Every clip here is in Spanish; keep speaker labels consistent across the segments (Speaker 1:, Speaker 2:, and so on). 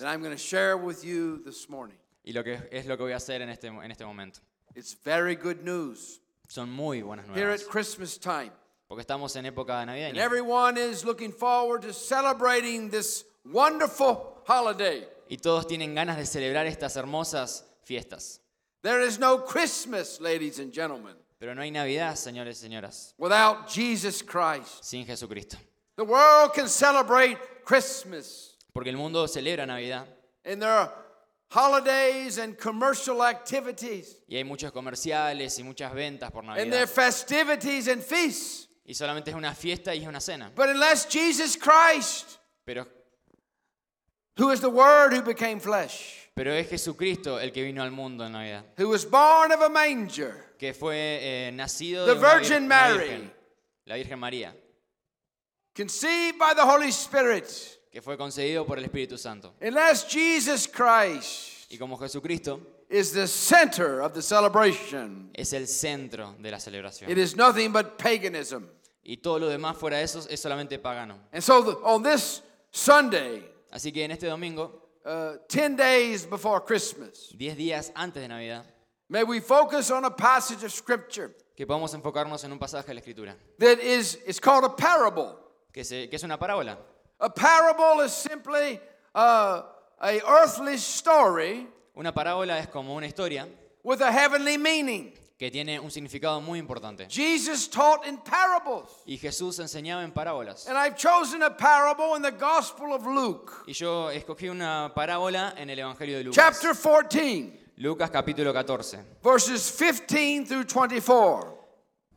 Speaker 1: that I'm going to share with you this morning.
Speaker 2: Y lo que es lo que voy a hacer en este, en este momento.
Speaker 1: It's very good news
Speaker 2: Son muy buenas
Speaker 1: here at
Speaker 2: nuevas.
Speaker 1: Christmas time.
Speaker 2: Porque estamos en época
Speaker 1: And
Speaker 2: navideña.
Speaker 1: everyone is looking forward to celebrating this wonderful holiday.
Speaker 2: Y todos tienen ganas de celebrar estas hermosas fiestas.
Speaker 1: There is no Christmas, ladies and gentlemen,
Speaker 2: Pero no hay Navidad, señores y señoras,
Speaker 1: without Jesus Christ.
Speaker 2: sin Jesucristo.
Speaker 1: The world can celebrate Christmas
Speaker 2: Porque el mundo celebra Navidad
Speaker 1: and there are holidays and commercial activities
Speaker 2: y hay muchos comerciales y muchas ventas por
Speaker 1: and their
Speaker 2: Navidad.
Speaker 1: festivities and feasts.
Speaker 2: Y solamente es una fiesta y es una cena.
Speaker 1: But unless Jesus Christ,
Speaker 2: Pero,
Speaker 1: who is the Word who became flesh,
Speaker 2: pero es Jesucristo el que vino al mundo en Navidad.
Speaker 1: who was born of a manger,
Speaker 2: Que fue eh, nacido
Speaker 1: The
Speaker 2: de una
Speaker 1: Virgin
Speaker 2: vir-
Speaker 1: Mary.
Speaker 2: una virgen, la Virgen María.
Speaker 1: conceived by the Holy Spirit,
Speaker 2: Que fue concedido por el Espíritu Santo.
Speaker 1: unless Jesus Christ
Speaker 2: Y como Jesucristo
Speaker 1: is the center of the celebration,
Speaker 2: es el centro de la
Speaker 1: it
Speaker 2: celebración.
Speaker 1: is nothing but paganism.
Speaker 2: Y todo lo demás fuera de eso es solamente pagano.
Speaker 1: And so the, on this Sunday,
Speaker 2: Así que en este domingo,
Speaker 1: uh, 10 days before Christmas,
Speaker 2: 10 días antes de Navidad,
Speaker 1: may we focus on a passage of Scripture
Speaker 2: que podamos enfocarnos en un pasaje de la Escritura,
Speaker 1: that is it's called a parable.
Speaker 2: que, se- que es una parábola.
Speaker 1: A parable is simply uh, a earthly story
Speaker 2: Una parábola es como una historia
Speaker 1: with a heavenly meaning.
Speaker 2: que tiene un significado muy importante.
Speaker 1: Jesus taught in parables.
Speaker 2: Y Jesús enseñaba en parábolas.
Speaker 1: And I've chosen a parable in the Gospel of Luke,
Speaker 2: Y yo escogí una parábola en el Evangelio de Lucas.
Speaker 1: chapter 14,
Speaker 2: Lucas capítulo 14,
Speaker 1: verses 15 through 24.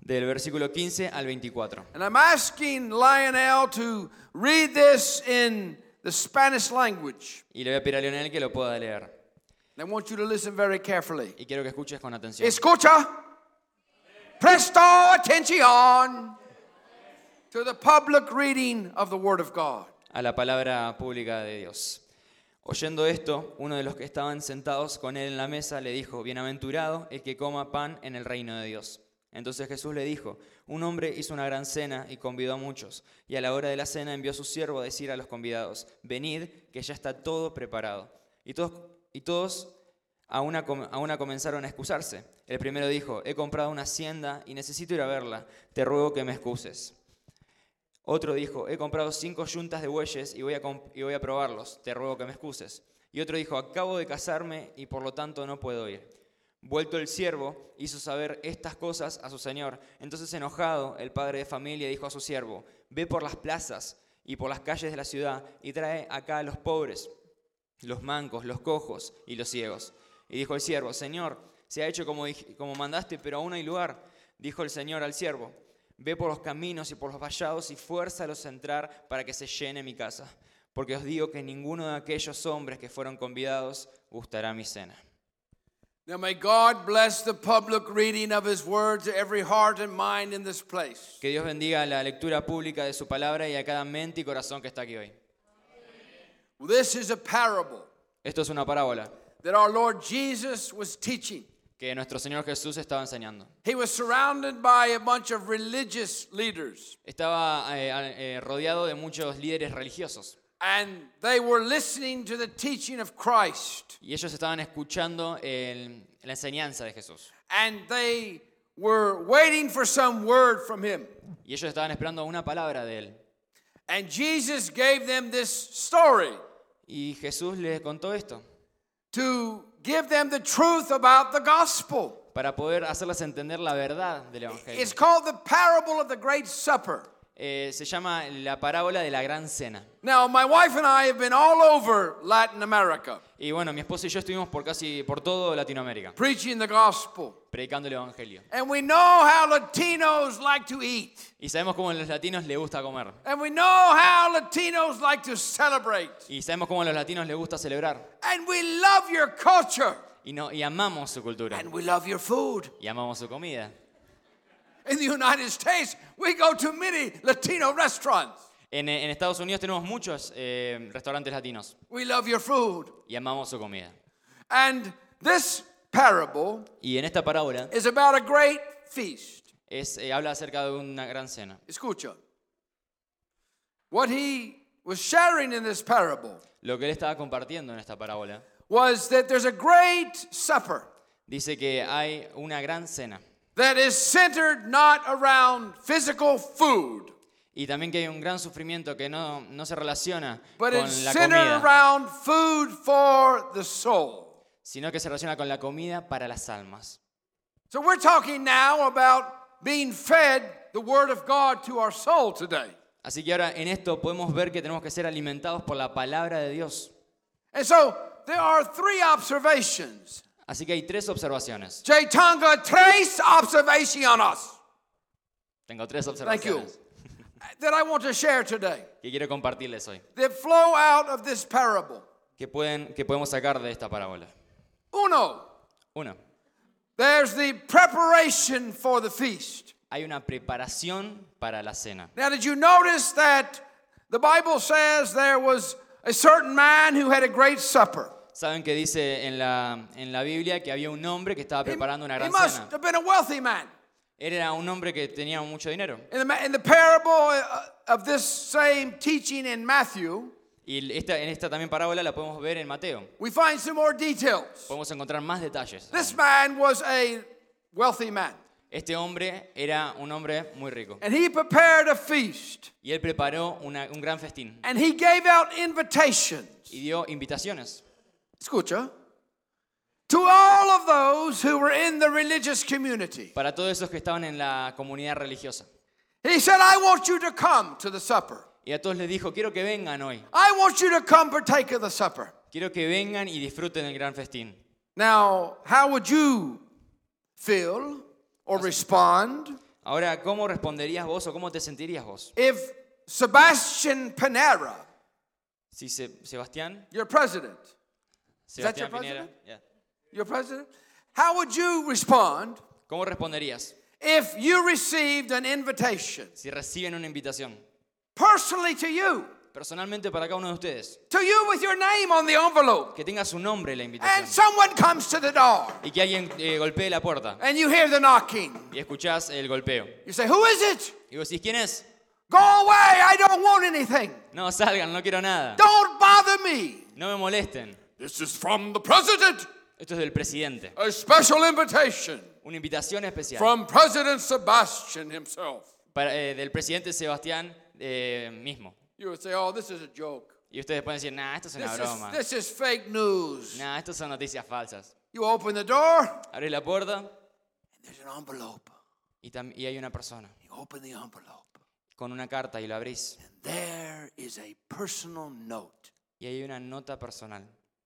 Speaker 2: del versículo 15 al 24.
Speaker 1: And I'm asking Lionel to read this in the Spanish language.
Speaker 2: Y le voy a pedir a Leonel que lo pueda leer.
Speaker 1: And I want you to listen very carefully.
Speaker 2: Y quiero que escuches con atención.
Speaker 1: Escucha. Presto attention to the public reading of the Word of God.
Speaker 2: a la palabra pública de Dios. Oyendo esto, uno de los que estaban sentados con él en la mesa le dijo, Bienaventurado el que coma pan en el reino de Dios. Entonces Jesús le dijo, Un hombre hizo una gran cena y convidó a muchos, y a la hora de la cena envió a su siervo a decir a los convidados, Venid, que ya está todo preparado. Y todos, y todos a una, com- a una comenzaron a excusarse. El primero dijo, He comprado una hacienda y necesito ir a verla, te ruego que me excuses. Otro dijo, he comprado cinco yuntas de bueyes y voy, a comp- y voy a probarlos, te ruego que me excuses. Y otro dijo, acabo de casarme y por lo tanto no puedo ir. Vuelto el siervo, hizo saber estas cosas a su señor. Entonces enojado, el padre de familia dijo a su siervo, ve por las plazas y por las calles de la ciudad y trae acá a los pobres, los mancos, los cojos y los ciegos. Y dijo el siervo, Señor, se ha hecho como, dij- como mandaste, pero aún hay lugar. Dijo el Señor al siervo, ve por los caminos y por los vallados y fuérzalos a entrar para que se llene mi casa, porque os digo que ninguno de aquellos hombres que fueron convidados gustará mi cena.
Speaker 1: Now may God bless the public reading of His Word to every heart and mind in this place.
Speaker 2: Que Dios bendiga la lectura pública de su palabra y a cada mente y corazón que está aquí hoy.
Speaker 1: This is a parable
Speaker 2: Esto es una parábola
Speaker 1: that our Lord Jesus was teaching.
Speaker 2: que nuestro Señor Jesús estaba enseñando.
Speaker 1: He was surrounded by a bunch of religious leaders,
Speaker 2: Estaba eh, a- eh, rodeado de muchos líderes religiosos.
Speaker 1: and they were listening to the teaching of Christ,
Speaker 2: Y ellos estaban escuchando el- la enseñanza de Jesús.
Speaker 1: and they were waiting for some word from Him.
Speaker 2: Y ellos estaban esperando una palabra de él.
Speaker 1: And Jesus gave them this story
Speaker 2: Y Jesús les contó esto
Speaker 1: to give them the truth about the gospel.
Speaker 2: para poder hacerles entender la verdad del Evangelio.
Speaker 1: It's called the parable of the Great Supper.
Speaker 2: Eh, se llama la parábola de la gran cena.
Speaker 1: Now, my wife and I have been all over Latin America
Speaker 2: Y bueno, mi esposa y yo estuvimos por casi por todo Latinoamérica
Speaker 1: preaching the gospel,
Speaker 2: predicando el Evangelio.
Speaker 1: and we know how Latinos like to eat.
Speaker 2: Y sabemos cómo a los latinos les gusta comer.
Speaker 1: And we know how Latinos like to celebrate.
Speaker 2: Y sabemos cómo a los latinos les gusta celebrar.
Speaker 1: And we love your culture.
Speaker 2: Y, no, y amamos su cultura.
Speaker 1: And we love your food.
Speaker 2: Y amamos su comida.
Speaker 1: In the United States, we go to many Latino restaurants.
Speaker 2: En, en Estados Unidos tenemos muchos eh, restaurantes latinos.
Speaker 1: We love your food.
Speaker 2: Y amamos su comida.
Speaker 1: And this parable
Speaker 2: Y en esta parábola
Speaker 1: is about a great feast.
Speaker 2: es, eh, habla acerca de una gran cena.
Speaker 1: Escucha. What he was sharing in this parable
Speaker 2: Lo que él estaba compartiendo en esta parábola
Speaker 1: was that there's a great supper
Speaker 2: dice que hay una gran cena
Speaker 1: that is centered not around physical food,
Speaker 2: y también que hay un gran sufrimiento que no, no se relaciona
Speaker 1: but it's
Speaker 2: con la
Speaker 1: centered
Speaker 2: comida,
Speaker 1: around food for the soul.
Speaker 2: sino que se relaciona con la comida para las almas.
Speaker 1: So we're talking now about being fed the Word of God to our soul today.
Speaker 2: Así que ahora en esto podemos ver que tenemos que ser alimentados por la palabra de Dios.
Speaker 1: And so there are three observations.
Speaker 2: Así que hay tres observaciones.
Speaker 1: Jaitunga, tres observaciones
Speaker 2: Tengo tres
Speaker 1: Thank you.
Speaker 2: observaciones
Speaker 1: that I want to share today
Speaker 2: que quiero compartirles hoy,
Speaker 1: that flow out of this parable.
Speaker 2: que, pueden, que podemos sacar de esta parábola.
Speaker 1: Uno,
Speaker 2: Uno,
Speaker 1: there's the preparation for the feast.
Speaker 2: hay una preparación para la cena.
Speaker 1: Now, did you notice that the Bible says there was a certain man who had a great supper?
Speaker 2: Saben que dice en la, en la Biblia que había un hombre que estaba
Speaker 1: He,
Speaker 2: preparando una
Speaker 1: he
Speaker 2: gran
Speaker 1: must
Speaker 2: cena.
Speaker 1: have been a wealthy man.
Speaker 2: Él era un hombre que tenía mucho dinero.
Speaker 1: In the, ma- in the parable uh, of this same teaching in Matthew,
Speaker 2: Y esta, en esta también parábola la podemos ver en Mateo.
Speaker 1: we find some more details.
Speaker 2: Podemos encontrar más detalles.
Speaker 1: This man was a wealthy man,
Speaker 2: Este hombre era un hombre muy rico.
Speaker 1: and he prepared a feast,
Speaker 2: Y él preparó una- un gran festín
Speaker 1: and he gave out invitations.
Speaker 2: y dio invitaciones
Speaker 1: Escucha. To all of those who were in the religious community,
Speaker 2: para todos esos que estaban en la comunidad religiosa.
Speaker 1: he said, I want you to come to the supper.
Speaker 2: Y a todos les dijo, quiero que vengan hoy.
Speaker 1: I want you to come partake of the supper.
Speaker 2: Quiero que vengan y disfruten del gran festín.
Speaker 1: Now, how would you feel or respond
Speaker 2: Ahora, ¿cómo responderías vos o cómo te sentirías vos?
Speaker 1: if Sebastian Panera,
Speaker 2: Si Se- Sebastián,
Speaker 1: your president, that your
Speaker 2: Sebastián Piñera,
Speaker 1: president?
Speaker 2: yeah.
Speaker 1: your president, how would you respond
Speaker 2: ¿cómo responderías
Speaker 1: if you received an invitation
Speaker 2: si reciben una invitación?
Speaker 1: personally to you,
Speaker 2: Personalmente para cada uno de ustedes,
Speaker 1: to you with your name on the envelope,
Speaker 2: que tenga su nombre la
Speaker 1: and
Speaker 2: invitación
Speaker 1: someone comes to the door
Speaker 2: y que alguien eh, golpee la puerta
Speaker 1: and you hear the knocking?
Speaker 2: y escuchás el golpeo.
Speaker 1: You say, Who is it?
Speaker 2: Y vos decís, ¿quién es?
Speaker 1: Go away. I don't want anything.
Speaker 2: No, salgan, no quiero nada.
Speaker 1: Don't bother me.
Speaker 2: No me molesten.
Speaker 1: This is from the president.
Speaker 2: Esto es del presidente.
Speaker 1: A special invitation
Speaker 2: Una invitación especial
Speaker 1: from President Sebastian himself.
Speaker 2: para, eh, del presidente Sebastián eh, mismo.
Speaker 1: You would say, Oh, this is a joke.
Speaker 2: Y ustedes pueden decir, nah, esto es una
Speaker 1: This
Speaker 2: broma.
Speaker 1: is, this is fake news.
Speaker 2: Nah, esto son noticias falsas.
Speaker 1: You open the door, and
Speaker 2: Abrís la puerta
Speaker 1: there's an envelope.
Speaker 2: y, tam- y hay una persona
Speaker 1: You open the envelope,
Speaker 2: con una carta y lo abrís.
Speaker 1: and there is a personal note
Speaker 2: Y hay una nota personal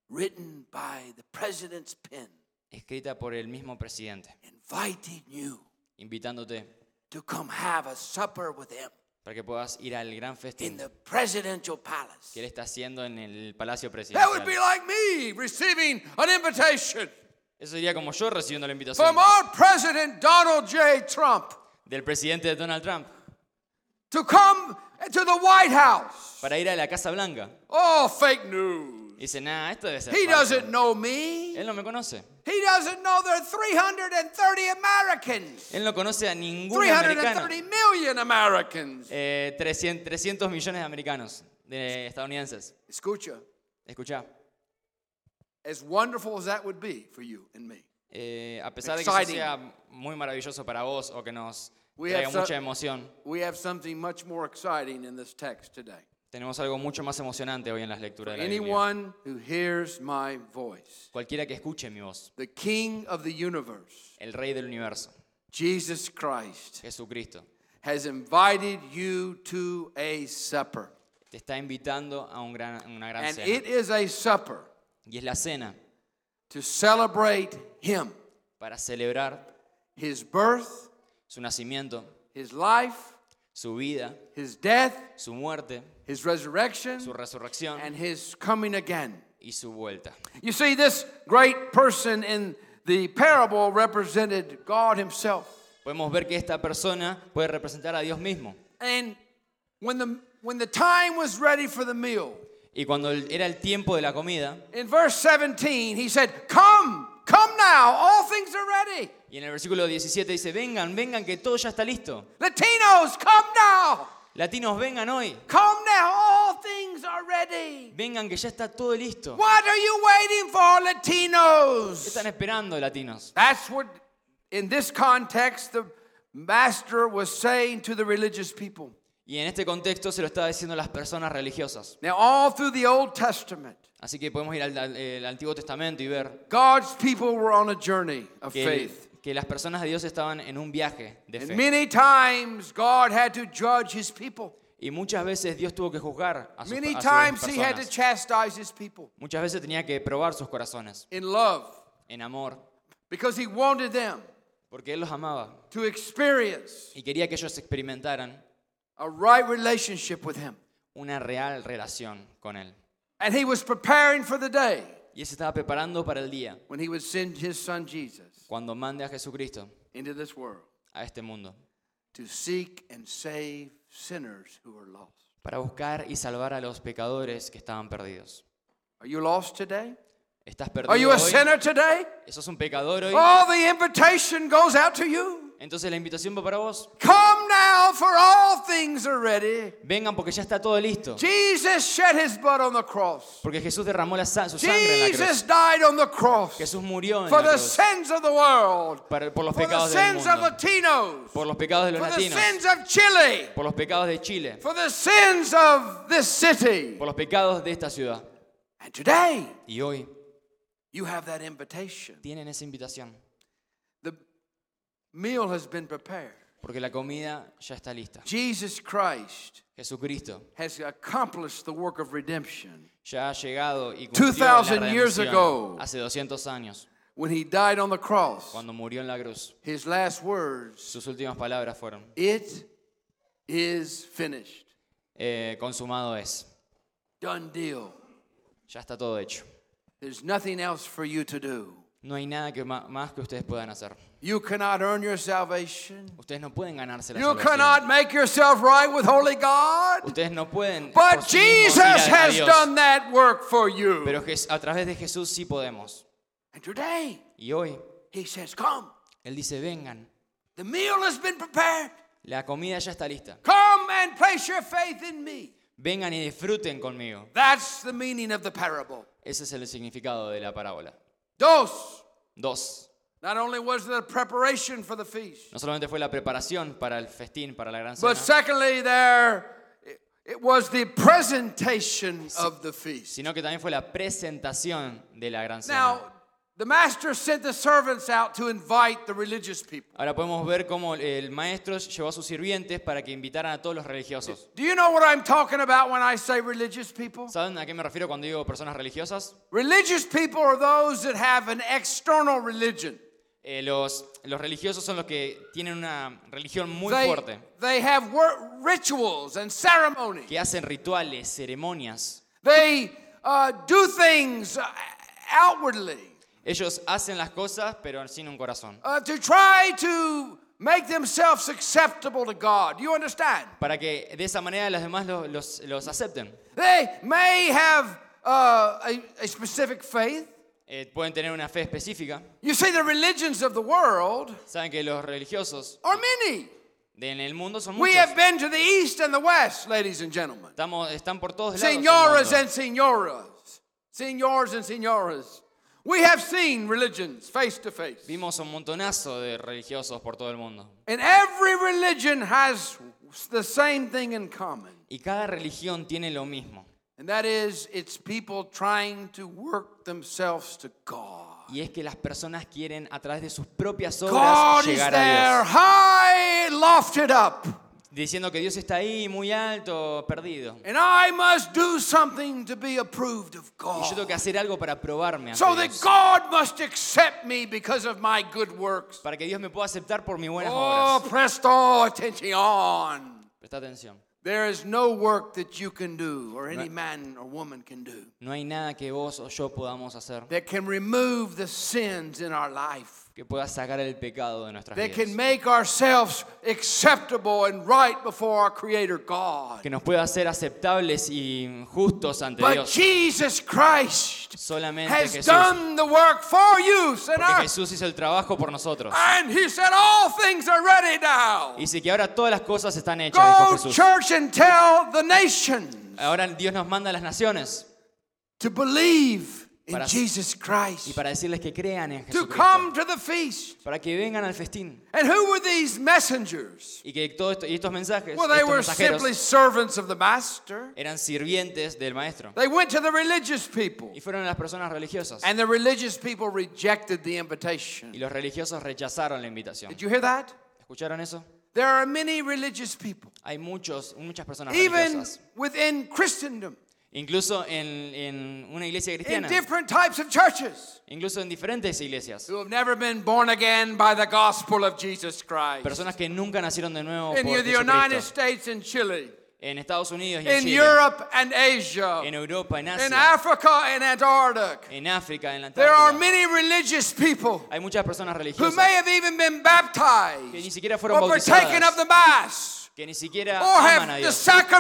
Speaker 1: written by the president's pen
Speaker 2: escrita por el mismo presidente,
Speaker 1: inviting you
Speaker 2: invitándote
Speaker 1: to come have a supper with him
Speaker 2: para que puedas ir al gran
Speaker 1: in
Speaker 2: festín
Speaker 1: the presidential palace.
Speaker 2: que él está haciendo en el Palacio
Speaker 1: That would
Speaker 2: Presidencial.
Speaker 1: be like me receiving an invitation
Speaker 2: Eso sería como yo recibiendo la invitación
Speaker 1: from our president, Donald J. Trump.
Speaker 2: del presidente Donald Trump
Speaker 1: to come to the White House.
Speaker 2: para ir a la Casa Blanca.
Speaker 1: Oh, fake news.
Speaker 2: Y dice, nah, esto debe ser
Speaker 1: He
Speaker 2: falso.
Speaker 1: doesn't know me.
Speaker 2: Él no me conoce.
Speaker 1: He doesn't know there are 330 Americans.
Speaker 2: Él no conoce a ningún americano.
Speaker 1: 330 million Americans.
Speaker 2: Eh, 300, 300 millones de americanos, de estadounidenses.
Speaker 1: Escucha,
Speaker 2: Escuchá,
Speaker 1: as wonderful as that would be for you and me,
Speaker 2: eh, a pesar de que eso
Speaker 1: Exciting.
Speaker 2: sea muy maravilloso para vos o que nos
Speaker 1: We
Speaker 2: traiga
Speaker 1: have so-
Speaker 2: mucha emoción,
Speaker 1: we have something much more exciting in this text today.
Speaker 2: tenemos algo mucho más emocionante hoy en las lecturas de la Biblia.
Speaker 1: Anyone who hears my voice,
Speaker 2: Cualquiera que escuche mi voz,
Speaker 1: the King of the universe,
Speaker 2: el Rey del Universo,
Speaker 1: Jesus Christ,
Speaker 2: Jesucristo,
Speaker 1: has invited you to a supper.
Speaker 2: te está invitando a un gran, una gran
Speaker 1: And
Speaker 2: cena.
Speaker 1: it is a supper
Speaker 2: y es la cena
Speaker 1: to celebrate him,
Speaker 2: para celebrar
Speaker 1: his birth,
Speaker 2: su nacimiento,
Speaker 1: his life,
Speaker 2: su vida,
Speaker 1: his death,
Speaker 2: su muerte,
Speaker 1: his resurrection,
Speaker 2: su resurrección
Speaker 1: and his coming again.
Speaker 2: y su vuelta.
Speaker 1: You see, this great person in the parable represented God himself.
Speaker 2: Podemos ver que esta persona puede representar a Dios mismo.
Speaker 1: And when the, when the time was ready for the meal,
Speaker 2: Y cuando el- era el tiempo de la comida,
Speaker 1: in verse 17, he said, Come, come now, all things are ready.
Speaker 2: y en el versículo 17 dice, vengan, vengan, que todo ya está listo.
Speaker 1: Latinos, come now,
Speaker 2: Latinos, vengan hoy.
Speaker 1: come now, all things already.
Speaker 2: Vengan que ya está todo listo.
Speaker 1: What are you waiting for,
Speaker 2: ¿Qué
Speaker 1: Latinos?
Speaker 2: están esperando, latinos?
Speaker 1: That's what, in this context, the master was saying to the religious people.
Speaker 2: Y en este contexto se lo estaba diciendo las personas religiosas.
Speaker 1: Now, all through the Old Testament,
Speaker 2: Así que podemos ir al, al- el Antiguo Testamento y ver
Speaker 1: God's people were on a journey of
Speaker 2: que,
Speaker 1: faith.
Speaker 2: que las personas de Dios estaban en un viaje de
Speaker 1: And
Speaker 2: fe.
Speaker 1: many times God had to judge his people.
Speaker 2: Y muchas veces Dios tuvo que juzgar a sus,
Speaker 1: Many
Speaker 2: a sus
Speaker 1: times he had to
Speaker 2: personas.
Speaker 1: chastise his people
Speaker 2: Muchas veces tenía que probar sus corazones
Speaker 1: in love
Speaker 2: en amor,
Speaker 1: because he wanted them
Speaker 2: porque Él los amaba
Speaker 1: to experience
Speaker 2: y quería que ellos experimentaran
Speaker 1: a right relationship with him.
Speaker 2: una real relación con Él.
Speaker 1: And he was preparing for the day
Speaker 2: Y Él se estaba preparando para el día
Speaker 1: when he would send his son Jesus
Speaker 2: cuando mande a Jesucristo
Speaker 1: into this world
Speaker 2: a este mundo
Speaker 1: to seek and save sinners who are lost.
Speaker 2: para buscar y salvar a los pecadores que estaban perdidos.
Speaker 1: Are you lost today?
Speaker 2: ¿Estás
Speaker 1: Are
Speaker 2: perdido
Speaker 1: you a
Speaker 2: hoy?
Speaker 1: sinner Oh. today?
Speaker 2: ¿Sos un pecador hoy?
Speaker 1: All the invitation goes out to you.
Speaker 2: Entonces la invitación va para vos.
Speaker 1: Come now, for all things are ready.
Speaker 2: Vengan porque ya está todo listo.
Speaker 1: Jesus shed his blood on the cross.
Speaker 2: Porque Jesús derramó la sa- su sangre en la
Speaker 1: Jesus
Speaker 2: cruz.
Speaker 1: died on the cross
Speaker 2: Jesús murió en
Speaker 1: for
Speaker 2: la
Speaker 1: the
Speaker 2: cruz
Speaker 1: sins of the world,
Speaker 2: para- por los
Speaker 1: for the
Speaker 2: pecados del
Speaker 1: sins of
Speaker 2: mundo,
Speaker 1: Latinos, for
Speaker 2: por los pecados de los
Speaker 1: the
Speaker 2: latinos,
Speaker 1: sins of Chile,
Speaker 2: por los pecados de Chile,
Speaker 1: for the sins of this city.
Speaker 2: por los pecados de esta ciudad.
Speaker 1: And today,
Speaker 2: Y hoy
Speaker 1: you have that invitation.
Speaker 2: tienen esa invitación
Speaker 1: The meal has been prepared.
Speaker 2: porque la comida ya está lista.
Speaker 1: Jesus Christ
Speaker 2: Jesucristo
Speaker 1: has accomplished the work of redemption
Speaker 2: ya ha llegado y cumplió
Speaker 1: 2000
Speaker 2: la
Speaker 1: years
Speaker 2: redención
Speaker 1: ago.
Speaker 2: hace 200 años
Speaker 1: when he died on the cross.
Speaker 2: cuando murió en la cruz.
Speaker 1: His last words,
Speaker 2: Sus últimas palabras fueron,
Speaker 1: it is finished.
Speaker 2: eh, consumado es,
Speaker 1: Done deal.
Speaker 2: ya está todo hecho.
Speaker 1: There's nothing else for you to do.
Speaker 2: No hay nada que ma- más que ustedes puedan hacer.
Speaker 1: You cannot earn your salvation.
Speaker 2: Ustedes no pueden ganarse la
Speaker 1: You
Speaker 2: salvación.
Speaker 1: cannot make yourself right with holy God.
Speaker 2: Ustedes no pueden. por
Speaker 1: But
Speaker 2: sí mismos
Speaker 1: Jesus
Speaker 2: ir a- a
Speaker 1: has
Speaker 2: Dios.
Speaker 1: done that work for you.
Speaker 2: Pero Jes- a través de Jesús sí podemos.
Speaker 1: And today,
Speaker 2: Y hoy
Speaker 1: he says, Come.
Speaker 2: Él dice, vengan,
Speaker 1: The meal has been prepared.
Speaker 2: la comida ya está lista.
Speaker 1: Come and place your faith in me.
Speaker 2: Vengan y disfruten conmigo.
Speaker 1: That's the meaning of the parable.
Speaker 2: Ese es el significado de la parábola.
Speaker 1: Dos.
Speaker 2: Dos.
Speaker 1: Not only was there preparation for the feast,
Speaker 2: No solamente fue la preparación para el festín, para la gran cena,
Speaker 1: but secondly, there it was the presentation of the feast.
Speaker 2: sino que también fue la presentación de la gran cena.
Speaker 1: Now, the master sent the servants out to invite the religious people.
Speaker 2: Ahora podemos ver cómo el maestro llevó a sus sirvientes para que invitaran a todos los religiosos.
Speaker 1: Do you know what I'm talking about when I say religious people?
Speaker 2: ¿Saben a qué me refiero cuando digo personas religiosas?
Speaker 1: Religious people are those that have an external religion.
Speaker 2: Eh, los, los religiosos son los que tienen una religión muy
Speaker 1: They,
Speaker 2: fuerte,
Speaker 1: they have wor- rituals and ceremonies.
Speaker 2: que hacen rituales, ceremonias.
Speaker 1: They uh, do things uh, outwardly
Speaker 2: Ellos hacen las cosas, pero sin un corazón.
Speaker 1: uh, to try to make themselves acceptable to God. Do you understand?
Speaker 2: Para que de esa manera los demás lo- los, los acepten.
Speaker 1: They may have uh, a, a specific faith.
Speaker 2: Eh, pueden tener una fe específica.
Speaker 1: You see, the religions of the world
Speaker 2: Saben que los religiosos
Speaker 1: are many.
Speaker 2: de- en el mundo son
Speaker 1: We
Speaker 2: muchos.
Speaker 1: have been to the east and the west, ladies and gentlemen.
Speaker 2: Estamos, están por todos lados. del
Speaker 1: Senoras
Speaker 2: mundo.
Speaker 1: and senoras. Senors and senoras. We have seen religions face to face.
Speaker 2: Vimos un montonazo de religiosos por todo el mundo.
Speaker 1: And every religion has the same thing in common,
Speaker 2: Y cada religión tiene lo mismo.
Speaker 1: and that is it's people trying to work themselves to God.
Speaker 2: Y es que las personas quieren, a través de sus propias obras,
Speaker 1: God is
Speaker 2: llegar a
Speaker 1: there,
Speaker 2: Dios.
Speaker 1: high, lofted up,
Speaker 2: Diciendo que Dios está ahí, muy alto, perdido.
Speaker 1: and I must do something to be approved of
Speaker 2: Y yo tengo
Speaker 1: God.
Speaker 2: que hacer algo para probarme. ante
Speaker 1: So that
Speaker 2: Dios.
Speaker 1: God must accept me because of my good works.
Speaker 2: Para que Dios me pueda aceptar por mis buenas
Speaker 1: Oh,
Speaker 2: obras.
Speaker 1: presto attention.
Speaker 2: Presta atención.
Speaker 1: There is no work that you can do, or any man or woman can do.
Speaker 2: No hay nada que vos o yo podamos hacer
Speaker 1: that can remove the sins in our life,
Speaker 2: que pueda sacar el pecado de nuestras
Speaker 1: that can
Speaker 2: vidas.
Speaker 1: make ourselves acceptable and right before our Creator God.
Speaker 2: Que nos pueda hacer aceptables y justos ante
Speaker 1: But
Speaker 2: Dios.
Speaker 1: Jesus Christ
Speaker 2: Solamente
Speaker 1: has
Speaker 2: Jesús.
Speaker 1: done the work for you,
Speaker 2: Porque
Speaker 1: sinner.
Speaker 2: Jesús hizo el trabajo por nosotros.
Speaker 1: And He said, All things are ready now.
Speaker 2: Y dice que ahora todas las cosas están hechas,
Speaker 1: Go,
Speaker 2: dijo Jesús.
Speaker 1: church, and tell the nations nations
Speaker 2: Ahora Dios nos manda a las naciones
Speaker 1: to believe in
Speaker 2: Para-
Speaker 1: Jesus
Speaker 2: y
Speaker 1: Christ,
Speaker 2: para decirles que crean en
Speaker 1: to
Speaker 2: Jesucristo,
Speaker 1: come to the feast.
Speaker 2: para que vengan al festín
Speaker 1: And who were these messengers?
Speaker 2: y que todo esto- y estos mensajes,
Speaker 1: Well, they
Speaker 2: estos
Speaker 1: were
Speaker 2: mensajeros,
Speaker 1: simply servants of the master.
Speaker 2: eran sirvientes del maestro
Speaker 1: They went to the religious people,
Speaker 2: y fueron las personas religiosas
Speaker 1: and the religious people rejected the
Speaker 2: y
Speaker 1: invitation.
Speaker 2: los religiosos rechazaron la invitación.
Speaker 1: Did you hear that?
Speaker 2: ¿Escucharon eso?
Speaker 1: There are many religious people,
Speaker 2: Hay muchos, muchas personas
Speaker 1: even
Speaker 2: religiosas,
Speaker 1: within Christendom,
Speaker 2: incluso en, en una iglesia
Speaker 1: in
Speaker 2: cristiana,
Speaker 1: different types of churches,
Speaker 2: incluso en diferentes iglesias,
Speaker 1: who have never been born again by the gospel of Jesus Christ.
Speaker 2: personas que nunca nacieron de nuevo
Speaker 1: In
Speaker 2: por
Speaker 1: the United
Speaker 2: Jesucristo,
Speaker 1: States and Chile,
Speaker 2: en Estados Unidos y en
Speaker 1: in
Speaker 2: Chile,
Speaker 1: Europe and Asia,
Speaker 2: en Europa, en
Speaker 1: in
Speaker 2: Asia,
Speaker 1: Africa and Antarctica.
Speaker 2: en África, en la
Speaker 1: There are
Speaker 2: Antártida.
Speaker 1: many religious people
Speaker 2: Hay muchas personas
Speaker 1: who may
Speaker 2: religiosas
Speaker 1: have even been
Speaker 2: que ni
Speaker 1: baptized
Speaker 2: siquiera
Speaker 1: or
Speaker 2: fueron
Speaker 1: partaken of
Speaker 2: bautizadas,
Speaker 1: the Mass
Speaker 2: que ni siquiera
Speaker 1: or
Speaker 2: aman a
Speaker 1: have the
Speaker 2: Dios,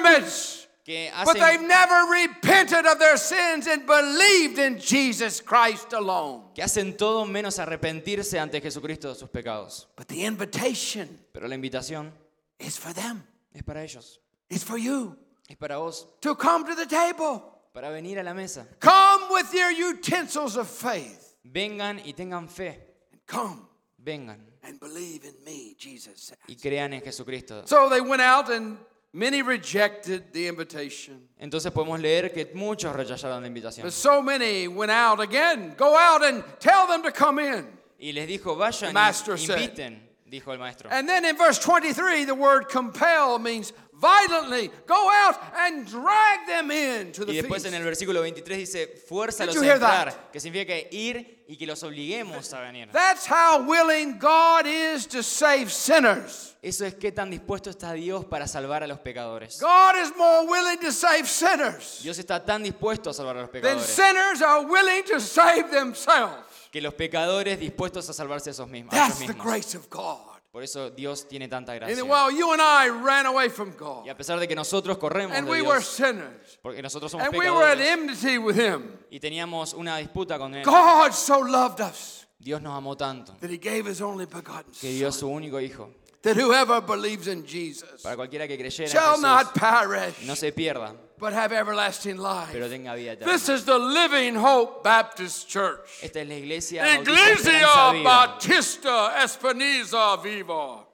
Speaker 1: sacraments,
Speaker 2: que
Speaker 1: but they've
Speaker 2: hacen
Speaker 1: never repented of their sins and believed in Jesus Christ alone.
Speaker 2: que hacen todo menos arrepentirse ante Jesucristo de sus pecados.
Speaker 1: But the invitation
Speaker 2: Pero la invitación
Speaker 1: is for them,
Speaker 2: es para ellos,
Speaker 1: it's for you
Speaker 2: es para vos,
Speaker 1: to come to the table.
Speaker 2: para venir a la mesa.
Speaker 1: Come with your utensils of faith.
Speaker 2: Vengan y tengan fe,
Speaker 1: Come
Speaker 2: vengan
Speaker 1: and believe in me, Jesus said.
Speaker 2: y crean en Jesucristo.
Speaker 1: So they went out, and many rejected the invitation.
Speaker 2: Entonces podemos leer que muchos rechazaron la invitación.
Speaker 1: But so many went out again. Go out and tell them to come in.
Speaker 2: Y les dijo, vayan,
Speaker 1: The master
Speaker 2: y
Speaker 1: said-
Speaker 2: inviten, dijo el maestro.
Speaker 1: And then in verse 23, the word compel means violently. Go out and drag them in to
Speaker 2: Y
Speaker 1: the
Speaker 2: después
Speaker 1: feast.
Speaker 2: en el versículo 23 dice, fuérzalos
Speaker 1: Did you
Speaker 2: a
Speaker 1: hear that?
Speaker 2: entrar, que significa que ir y que los obliguemos a venir.
Speaker 1: That's how willing God is to save sinners.
Speaker 2: Eso es qué tan dispuesto está Dios para salvar a los pecadores.
Speaker 1: God is more willing to save sinners
Speaker 2: Dios está tan dispuesto a salvar a los
Speaker 1: than
Speaker 2: pecadores
Speaker 1: sinners are willing to save themselves.
Speaker 2: que los pecadores dispuestos a salvarse a esos mismos. a ellos
Speaker 1: That's the
Speaker 2: mismos.
Speaker 1: grace of God.
Speaker 2: Por eso Dios tiene tanta gracia.
Speaker 1: And while you and I ran away from
Speaker 2: Y
Speaker 1: God,
Speaker 2: a pesar de que nosotros corremos
Speaker 1: and
Speaker 2: de
Speaker 1: we were
Speaker 2: Dios,
Speaker 1: sinners,
Speaker 2: porque nosotros somos
Speaker 1: and we were at
Speaker 2: pecadores
Speaker 1: enmity with Him,
Speaker 2: y teníamos una disputa con Él,
Speaker 1: God so loved us
Speaker 2: Dios nos amó tanto
Speaker 1: that he gave his only begotten
Speaker 2: que
Speaker 1: Son,
Speaker 2: dio su único hijo
Speaker 1: that whoever believes in Jesus
Speaker 2: para cualquiera que creyera en
Speaker 1: shall
Speaker 2: Jesús
Speaker 1: not perish,
Speaker 2: no se pierda,
Speaker 1: but have everlasting
Speaker 2: pero
Speaker 1: life.
Speaker 2: tenga vida eterna.
Speaker 1: This is the Living Hope Baptist Church.
Speaker 2: Esta es la iglesia bautista Esperanza
Speaker 1: Iglesia
Speaker 2: Viva.
Speaker 1: Bautista Espaniza Viva.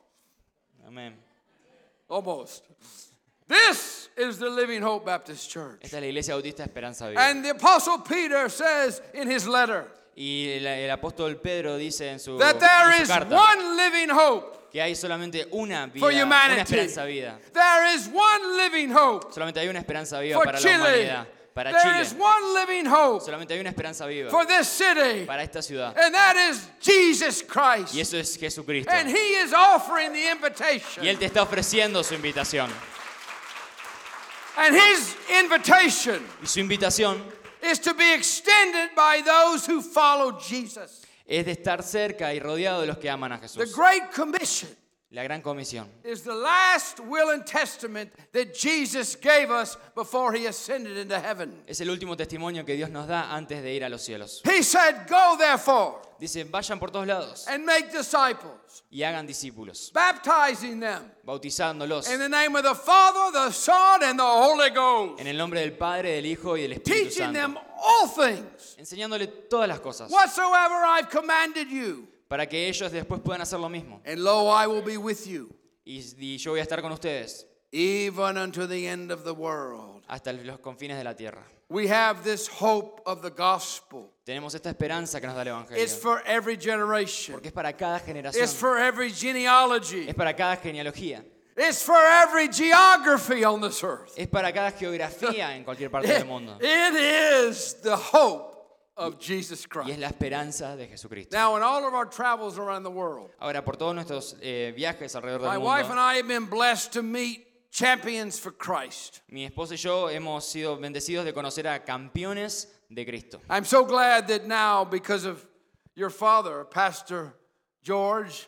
Speaker 2: Amén.
Speaker 1: Almost. This is the Living Hope Baptist Church.
Speaker 2: Esta es la iglesia bautista Esperanza Viva.
Speaker 1: And the Apostle Peter says in his letter
Speaker 2: y el, el apóstol Pedro dice en su,
Speaker 1: that there
Speaker 2: en
Speaker 1: is
Speaker 2: su carta
Speaker 1: one living hope.
Speaker 2: que hay solamente una vida,
Speaker 1: for
Speaker 2: una
Speaker 1: humanity.
Speaker 2: esperanza vida.
Speaker 1: There is one living hope
Speaker 2: Solamente hay una esperanza viva
Speaker 1: for
Speaker 2: para la
Speaker 1: Chile.
Speaker 2: humanidad, para
Speaker 1: There
Speaker 2: Chile.
Speaker 1: is one living hope
Speaker 2: Solamente hay una esperanza viva
Speaker 1: for this city,
Speaker 2: para esta ciudad.
Speaker 1: and that is Jesus
Speaker 2: Y
Speaker 1: Christ.
Speaker 2: eso es Jesucristo.
Speaker 1: And He is offering the
Speaker 2: Y Él
Speaker 1: invitation.
Speaker 2: te está ofreciendo su invitación.
Speaker 1: And His invitation
Speaker 2: Y su invitación
Speaker 1: is to be extended by those who follow Jesus.
Speaker 2: es de estar cerca y rodeado de los que aman a
Speaker 1: The
Speaker 2: Jesús.
Speaker 1: Great Commission
Speaker 2: La gran comisión
Speaker 1: is the last will and testament that Jesus gave us before He ascended into heaven.
Speaker 2: es el último testimonio que Dios nos da antes de ir a los cielos.
Speaker 1: He said, Go therefore
Speaker 2: Dice, vayan por todos lados
Speaker 1: and make disciples,
Speaker 2: y hagan discípulos,
Speaker 1: baptizing them.
Speaker 2: bautizándolos
Speaker 1: In the name of the Father, the Son, and the Holy Ghost.
Speaker 2: en el nombre del Padre, del Hijo y del Espíritu
Speaker 1: Teaching them
Speaker 2: Santo,
Speaker 1: all things
Speaker 2: enseñándole todas las cosas
Speaker 1: whatsoever I've commanded you.
Speaker 2: para que ellos después puedan hacer lo mismo.
Speaker 1: And lo, I will be with you,
Speaker 2: Y, y yo voy a estar con ustedes
Speaker 1: even unto the end of the world.
Speaker 2: hasta los confines de la tierra.
Speaker 1: We have this hope of the gospel.
Speaker 2: Tenemos esta esperanza que nos da el Evangelio,
Speaker 1: It's for every generation,
Speaker 2: porque es para cada
Speaker 1: it's
Speaker 2: generación,
Speaker 1: for every genealogy,
Speaker 2: es para cada genealogía,
Speaker 1: it's for every geography on this earth.
Speaker 2: es para cada geografía en cualquier parte del
Speaker 1: It-
Speaker 2: mundo.
Speaker 1: it is the hope of Jesus
Speaker 2: Y es
Speaker 1: Christ.
Speaker 2: la esperanza de Jesucristo.
Speaker 1: Now, in all of our travels around the world,
Speaker 2: Ahora, por todos nuestros eh, viajes alrededor del
Speaker 1: My wife and
Speaker 2: mundo,
Speaker 1: I have been blessed to meet champions for Christ.
Speaker 2: mi esposa y yo hemos sido bendecidos de conocer a campeones de Cristo.
Speaker 1: I'm so glad that now, because of your father, Pastor George,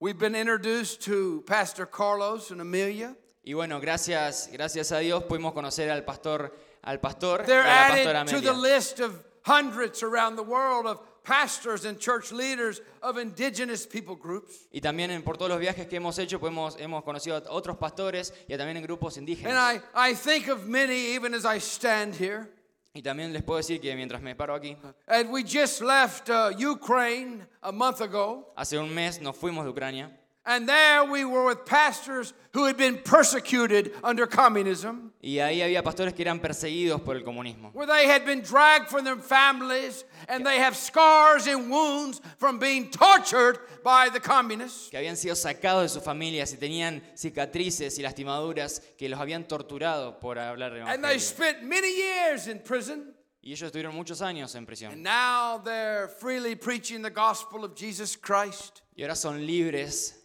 Speaker 1: we've been introduced to Pastor Carlos and Amelia.
Speaker 2: Y bueno, gracias, gracias a Dios pudimos conocer al pastor, al pastor, y
Speaker 1: They're
Speaker 2: a la pastora
Speaker 1: added to the
Speaker 2: Amelia.
Speaker 1: list of hundreds around the world of pastors and church leaders of indigenous people groups.
Speaker 2: Y también en- por todos los viajes que hemos hecho, pues hemos, hemos conocido a otros pastores y a también en grupos
Speaker 1: And
Speaker 2: indígenas.
Speaker 1: I, I think of many even as I stand here.
Speaker 2: Y también les puedo decir que mientras me paro aquí,
Speaker 1: And we just left uh, Ukraine a month ago.
Speaker 2: hace un mes nos fuimos de Ucrania
Speaker 1: And there we were with pastors who had been persecuted under communism,
Speaker 2: y ahí había pastores que eran perseguidos por el comunismo.
Speaker 1: where they had been dragged from their families and they have scars and wounds from being tortured by the communists.
Speaker 2: que habían sido sacados de sus familias y tenían cicatrices y lastimaduras que los habían torturado por hablar de
Speaker 1: And they
Speaker 2: evangelio.
Speaker 1: spent many years in prison.
Speaker 2: Y ellos estuvieron muchos años en prisión.
Speaker 1: And now they're freely preaching the gospel of Jesus Christ.
Speaker 2: Y ahora son libres